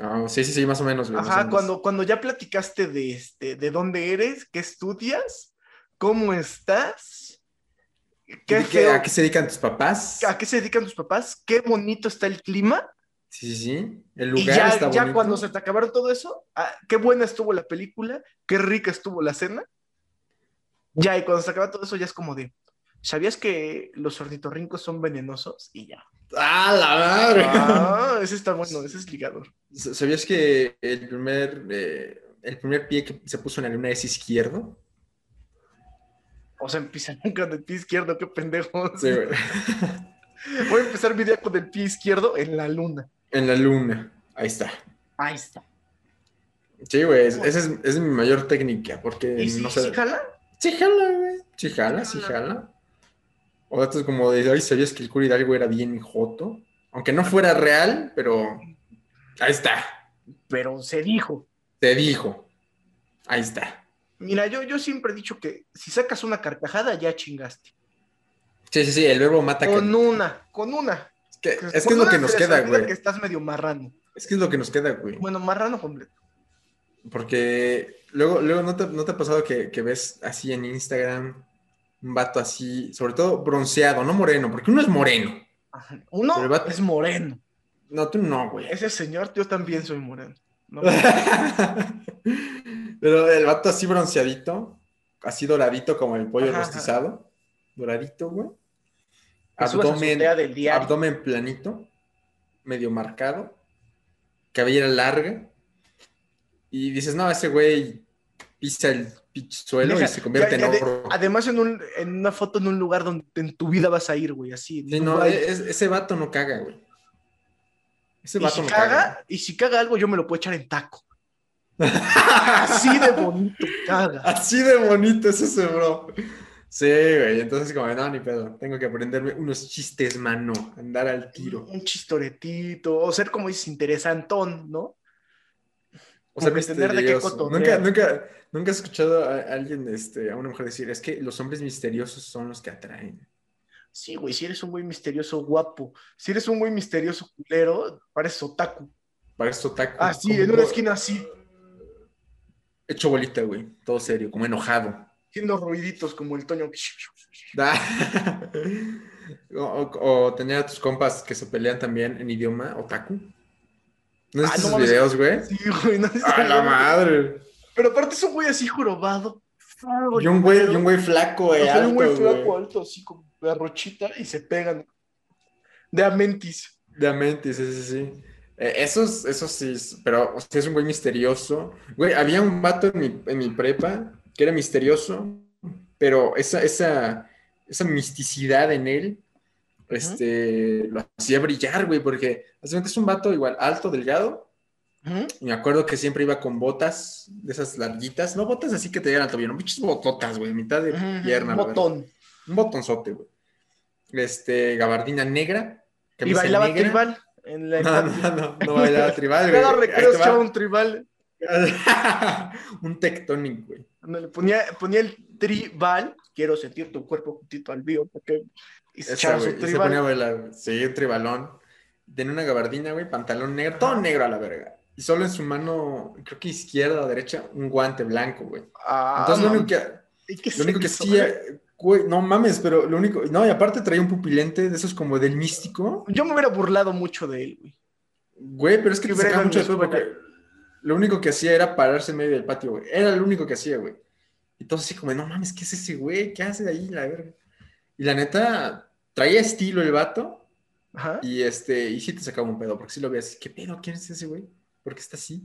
[SPEAKER 5] Ah, sí, sí, sí, más o menos, güey. más o
[SPEAKER 4] Ajá,
[SPEAKER 5] menos.
[SPEAKER 4] cuando, cuando ya platicaste de este, de dónde eres, qué estudias, cómo estás, qué
[SPEAKER 5] ¿De qué-
[SPEAKER 4] feo-
[SPEAKER 5] ¿A qué se dedican tus papás?
[SPEAKER 4] a qué se dedican tus papás, qué bonito está el clima.
[SPEAKER 5] Sí, sí, sí. El
[SPEAKER 4] Y
[SPEAKER 5] lugar
[SPEAKER 4] ya,
[SPEAKER 5] está
[SPEAKER 4] ya
[SPEAKER 5] bonito.
[SPEAKER 4] cuando se te acabaron todo eso, ah, qué buena estuvo la película, qué rica estuvo la cena. Ya, y cuando se acaba todo eso, ya es como de, ¿sabías que los ornitorrincos son venenosos? Y ya.
[SPEAKER 5] ¡Ah, la madre!
[SPEAKER 4] Ah, ese está bueno, ese es ligador.
[SPEAKER 5] S- ¿Sabías que el primer, eh, el primer pie que se puso en la luna es izquierdo?
[SPEAKER 4] O sea, empiezan con el pie izquierdo, qué pendejos.
[SPEAKER 5] Sí, güey.
[SPEAKER 4] Voy a empezar mi día con el pie izquierdo en la luna.
[SPEAKER 5] En la luna. Ahí está.
[SPEAKER 4] Ahí está.
[SPEAKER 5] Sí, güey. es- Esa es, esa es mi mayor técnica. Porque
[SPEAKER 4] ¿Y si,
[SPEAKER 5] no sé.
[SPEAKER 4] si jala?
[SPEAKER 5] Sí jala, güey. Sí jala, sí jala. O datos como de, ay, ¿sabías que el cura Hidalgo era bien joto? Aunque no fuera real, pero ahí está.
[SPEAKER 4] Pero se dijo.
[SPEAKER 5] Te dijo. Ahí está.
[SPEAKER 4] Mira, yo, yo siempre he dicho que si sacas una carcajada, ya chingaste.
[SPEAKER 5] Sí, sí, sí. El verbo mata. que-
[SPEAKER 4] Con una, con una.
[SPEAKER 5] Es que es, que es lo que nos queda, güey.
[SPEAKER 4] Que estás medio marrano.
[SPEAKER 5] Es que es lo que nos queda, güey.
[SPEAKER 4] Bueno, marrano completo.
[SPEAKER 5] Porque luego, luego ¿no te, no te ha pasado que, que ves así en Instagram un vato así, sobre todo bronceado, no moreno, porque uno es moreno.
[SPEAKER 4] Ajá. Uno
[SPEAKER 5] Pero el vato-
[SPEAKER 4] es moreno.
[SPEAKER 5] No, tú no, güey.
[SPEAKER 4] Ese señor, yo también soy moreno. No,
[SPEAKER 5] Pero el vato así bronceadito, así doradito como el pollo
[SPEAKER 4] Ajá, ajá.
[SPEAKER 5] rostizado. Doradito, güey.
[SPEAKER 4] me subas a su
[SPEAKER 5] Abdomen,
[SPEAKER 4] idea del diario.
[SPEAKER 5] abdomen planito, medio marcado, cabellera larga. Y dices, no, ese güey pisa el pinche suelo
[SPEAKER 4] Deja,
[SPEAKER 5] y se convierte
[SPEAKER 4] ya- ya
[SPEAKER 5] en
[SPEAKER 4] de-
[SPEAKER 5] oro.
[SPEAKER 4] Además, en, un- en una foto en un lugar donde en tu vida vas a ir, güey, así. en
[SPEAKER 5] Sí, no, eh,
[SPEAKER 4] Dubái.
[SPEAKER 5] es- ese vato no caga, güey.
[SPEAKER 4] y
[SPEAKER 5] Ese Este vato
[SPEAKER 4] si
[SPEAKER 5] no
[SPEAKER 4] caga,
[SPEAKER 5] caga.
[SPEAKER 4] y si caga algo, yo me lo puedo echar en taco. Así de bonito, caga.
[SPEAKER 5] Así de bonito es ese, bro. Sí, güey. Entonces, como, no, ni pedo. Tengo que aprenderme unos chistes, mano. Andar al tiro.
[SPEAKER 4] Un chistoretito, o ser como dices, interesantón, ¿no?
[SPEAKER 5] O sea,
[SPEAKER 4] Como que tener de qué
[SPEAKER 5] misterioso. Nunca,
[SPEAKER 4] cotorrear.
[SPEAKER 5] nunca, nunca he escuchado a alguien, este, a una mujer decir, es que los hombres misteriosos son los que atraen.
[SPEAKER 4] Sí, güey, si eres un güey misterioso guapo, si eres un güey misterioso culero, pareces otaku.
[SPEAKER 5] Para esto taco.
[SPEAKER 4] Así, en una esquina así,
[SPEAKER 5] Hecho bolita, güey. Todo serio, como enojado.
[SPEAKER 4] haciendo ruiditos como el Toño.
[SPEAKER 5] Da- o, o- o tener a tus compas que se pelean también en idioma otaku. ¿No
[SPEAKER 4] Ah, no
[SPEAKER 5] viste esos
[SPEAKER 4] mames.
[SPEAKER 5] videos, güey?
[SPEAKER 4] Sí, güey, no sé.
[SPEAKER 5] ¡A la madre!
[SPEAKER 4] Pero aparte es un güey así jorobado. feo,
[SPEAKER 5] Y un güey,
[SPEAKER 4] culero.
[SPEAKER 5] y un güey flaco,
[SPEAKER 4] O
[SPEAKER 5] güey,
[SPEAKER 4] sea, un güey
[SPEAKER 5] alto,
[SPEAKER 4] flaco,
[SPEAKER 5] güey.
[SPEAKER 4] alto, así como la rochita y se pegan. De Amentis.
[SPEAKER 5] De Amentis, sí, sí, sí. Eh, esos, esos sí, es- pero o sea, es un güey misterioso. Güey, había un vato en mi, en mi prepa que era misterioso, pero esa, esa, esa misticidad en él, este, lo hacía brillar, güey, porque básicamente es un vato igual alto, delgado, y me acuerdo que siempre iba con botas de esas larguitas, no botas así que te dieran al tobillo, no, pinches bototas, güey, mitad de pierna.
[SPEAKER 4] Un
[SPEAKER 5] la verdad.
[SPEAKER 4] botón.
[SPEAKER 5] Un botonzote, güey. Este, gabardina negra.
[SPEAKER 4] Y
[SPEAKER 5] camisa
[SPEAKER 4] bailaba
[SPEAKER 5] negra.
[SPEAKER 4] tribal. En la
[SPEAKER 5] No, no, no, no bailaba tribal, güey.
[SPEAKER 4] Cada
[SPEAKER 5] Ahí
[SPEAKER 4] recreo
[SPEAKER 5] te va.
[SPEAKER 4] echaba un tribal.
[SPEAKER 5] Un tectonic, güey.
[SPEAKER 4] Ándale, ponía, ponía el tribal. Quiero sentir tu cuerpo juntito al mío. Porque... Y se
[SPEAKER 5] Esa,
[SPEAKER 4] echaba
[SPEAKER 5] güey,
[SPEAKER 4] su
[SPEAKER 5] y Se ponía a
[SPEAKER 4] tribal.
[SPEAKER 5] bailar, güey. Sí, un tribalón. Tenía una gabardina, güey, pantalón negro, todo negro a la verga. Y solo en su mano, creo que izquierda o derecha, un guante blanco, güey.
[SPEAKER 4] Ah,
[SPEAKER 5] Entonces, lo
[SPEAKER 4] no,
[SPEAKER 5] único que,
[SPEAKER 4] ¿y qué
[SPEAKER 5] lo único que
[SPEAKER 4] sexo,
[SPEAKER 5] sí,
[SPEAKER 4] güey?
[SPEAKER 5] eh, güey, no mames, pero lo único, no, y aparte traía un pupilente de esos como del místico.
[SPEAKER 4] Yo me hubiera burlado mucho de él, güey.
[SPEAKER 5] Güey, pero es que
[SPEAKER 4] Que
[SPEAKER 5] te
[SPEAKER 4] hubiera
[SPEAKER 5] sacaba
[SPEAKER 4] ido
[SPEAKER 5] mucho
[SPEAKER 4] en
[SPEAKER 5] de pedo
[SPEAKER 4] mi
[SPEAKER 5] porque lo único que hacía era pararse en medio del patio, güey. Era lo único que hacía, güey. Entonces así como, no mames, ¿qué es ese güey? ¿Qué hace ahí, la verga? Y la neta, traía estilo el vato
[SPEAKER 4] Ajá.
[SPEAKER 5] y este, y sí te sacaba un pedo, porque sí lo veías así, ¿qué pedo? ¿Quién es ese güey? ¿Por qué está así?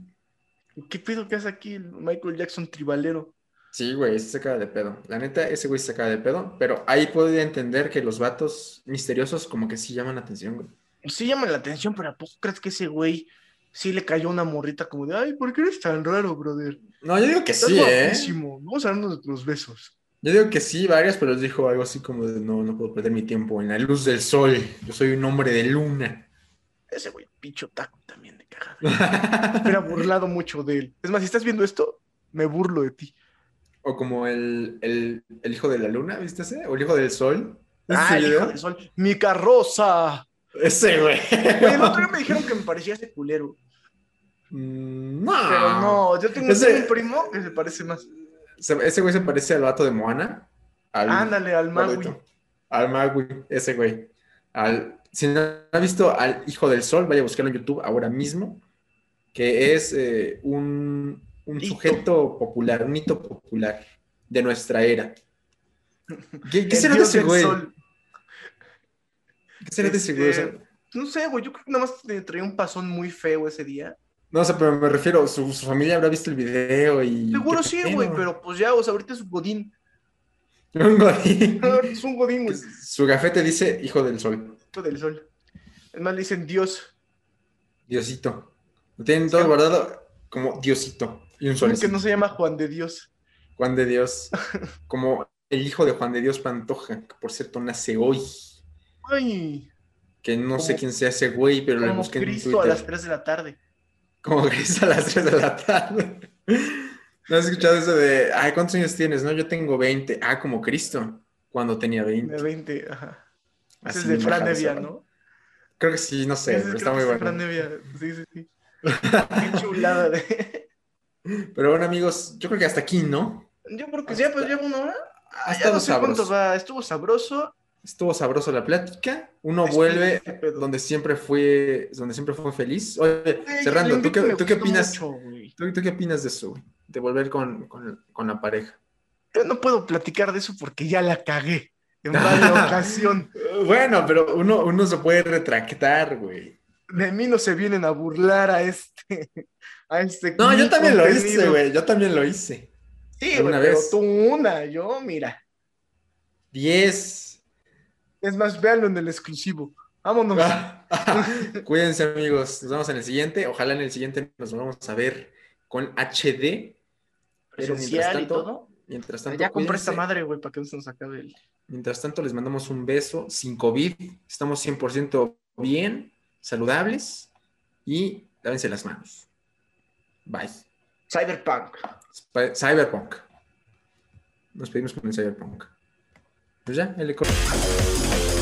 [SPEAKER 4] ¿Qué pedo que hace aquí el Michael Jackson tribalero?
[SPEAKER 5] Sí, güey, se sacaba de pedo. La neta, ese güey se sacaba de pedo, pero ahí podía entender que los vatos misteriosos como que sí llaman la atención, güey.
[SPEAKER 4] Pues Sí llama la atención, pero ¿a poco crees que ese güey sí le cayó una morrita como de, ay, ¿por qué eres tan raro, brother?
[SPEAKER 5] No, yo digo que
[SPEAKER 4] Estás
[SPEAKER 5] sí, ¿eh?
[SPEAKER 4] guapísimo, vamos a darnos nuestros besos.
[SPEAKER 5] Yo digo que sí, varias, pero les dijo algo así como de, no, no puedo perder mi tiempo en la luz del sol, yo soy un hombre de luna.
[SPEAKER 4] Ese güey, picho taco también de cagada. Me hubiera burlado mucho de él. Es más, si estás viendo esto, me burlo de ti.
[SPEAKER 5] O como el, el, el hijo de la luna, ¿viste ese? O el hijo del sol. ¿Viste
[SPEAKER 4] Ah,
[SPEAKER 5] ese
[SPEAKER 4] el hijo
[SPEAKER 5] video?
[SPEAKER 4] del sol. Mi carroza.
[SPEAKER 5] Ese güey.
[SPEAKER 4] Güey, el otro día me dijeron que me parecía ese culero.
[SPEAKER 5] Mm, No.
[SPEAKER 4] Pero no, yo tengo
[SPEAKER 5] Ese-
[SPEAKER 4] tengo un primo que se parece más.
[SPEAKER 5] Se- Ese güey se parece al vato de Moana. Al,
[SPEAKER 4] Ándale, al Magui.
[SPEAKER 5] gordito. Al Magui, ese güey. Al, si no ha visto al Hijo del Sol, vaya a buscarlo en YouTube ahora mismo, que es eh, un, un
[SPEAKER 4] Hito.
[SPEAKER 5] sujeto popular, un hito popular de nuestra era. ¿Qué, qué
[SPEAKER 4] El
[SPEAKER 5] será de
[SPEAKER 4] dios
[SPEAKER 5] ese
[SPEAKER 4] del
[SPEAKER 5] güey?
[SPEAKER 4] sol.
[SPEAKER 5] ¿Qué será de ese güey? O sea,
[SPEAKER 4] Este- No sé, güey, yo creo que nada más te traía un pasón muy feo ese día.
[SPEAKER 5] no, o sea, pero me refiero, su, su familia habrá visto el video y...
[SPEAKER 4] Seguro
[SPEAKER 5] ¿qué
[SPEAKER 4] sí,
[SPEAKER 5] pedo?
[SPEAKER 4] güey, pero pues ya, o sea, ahorita es un godín.
[SPEAKER 5] Un godín.
[SPEAKER 4] Ahorita es un godín, güey,
[SPEAKER 5] Su gafete dice Hijo del Sol,
[SPEAKER 4] hijo del sol. Es más, le dicen Dios.
[SPEAKER 5] Diosito. Lo tienen todo guardado como Diosito y un solecito.
[SPEAKER 4] Que no se llama Juan de Dios.
[SPEAKER 5] Juan de Dios, como el hijo de Juan de Dios Pantoja, que por cierto nace hoy,
[SPEAKER 4] Ay,
[SPEAKER 5] que no sé
[SPEAKER 4] Como-
[SPEAKER 5] quién sea ese güey, pero lo
[SPEAKER 4] como
[SPEAKER 5] busqué en
[SPEAKER 4] Cristo a
[SPEAKER 5] Twitter.
[SPEAKER 4] las 3 de la tarde.
[SPEAKER 5] Como Cristo a las 3 de la tarde. ¿No has escuchado eso de, ay, ¿cuántos años tienes? No, yo tengo 20. Ah, como Cristo, cuando tenía 20.
[SPEAKER 4] De 20, ajá. Ese
[SPEAKER 5] Así
[SPEAKER 4] es de
[SPEAKER 5] me
[SPEAKER 4] Fran
[SPEAKER 5] bajaba
[SPEAKER 4] Evia,
[SPEAKER 5] esa-
[SPEAKER 4] ¿no?
[SPEAKER 5] Creo que sí, no sé,
[SPEAKER 4] Ese
[SPEAKER 5] pero
[SPEAKER 4] creo
[SPEAKER 5] está
[SPEAKER 4] que
[SPEAKER 5] muy
[SPEAKER 4] es de Fran
[SPEAKER 5] bueno.
[SPEAKER 4] Evia, sí, sí, sí. Qué chulada de...
[SPEAKER 5] Pero bueno, amigos, yo creo que hasta aquí, ¿no?
[SPEAKER 4] Yo creo que ya, pues lleva una hora.
[SPEAKER 5] Ha
[SPEAKER 4] Ah, Ya
[SPEAKER 5] estado
[SPEAKER 4] no sé cuánto
[SPEAKER 5] sabroso.
[SPEAKER 4] va. Estuvo sabroso.
[SPEAKER 5] Estuvo sabroso la plática. Uno
[SPEAKER 4] Estuvo
[SPEAKER 5] vuelve
[SPEAKER 4] este pedo.
[SPEAKER 5] donde siempre fue, donde siempre fue feliz. Oye,
[SPEAKER 4] Güey,
[SPEAKER 5] cerrando,
[SPEAKER 4] el
[SPEAKER 5] ¿tú qué,
[SPEAKER 4] invito me
[SPEAKER 5] tú qué
[SPEAKER 4] gustó
[SPEAKER 5] opinas?
[SPEAKER 4] mucho, güey.
[SPEAKER 5] ¿Tú, tú qué opinas de eso, güey? De volver con, con- con la pareja.
[SPEAKER 4] Yo no puedo platicar de eso porque ya la cagué en varias ocasiones.
[SPEAKER 5] Bueno, pero uno, uno se puede retractar, güey.
[SPEAKER 4] de mí no se vienen a burlar a este. A este
[SPEAKER 5] No, yo también lo hice,
[SPEAKER 4] contenido.
[SPEAKER 5] güey. Yo también lo hice.
[SPEAKER 4] Sí, güey,
[SPEAKER 5] Alguna
[SPEAKER 4] pero
[SPEAKER 5] vez.
[SPEAKER 4] tú una, yo, mira.
[SPEAKER 5] Diez.
[SPEAKER 4] Es más, véanlo en el exclusivo. Vámonos.
[SPEAKER 5] Ah, Cuídense, amigos. Nos vemos en el siguiente. Ojalá en el siguiente nos volvamos a ver con HD. Pero mientras
[SPEAKER 4] Presencial y
[SPEAKER 5] tanto,
[SPEAKER 4] todo.
[SPEAKER 5] mientras tanto,
[SPEAKER 4] ya compré
[SPEAKER 5] cuídense.
[SPEAKER 4] esta madre, güey, para que no se nos acabe el.
[SPEAKER 5] Mientras tanto, les mandamos un beso sin COVID. Estamos 100% bien, saludables y lávense las manos. Bye.
[SPEAKER 4] Cyberpunk.
[SPEAKER 5] Sp- Cyberpunk. Nos pedimos con el Cyberpunk. Pues ya, el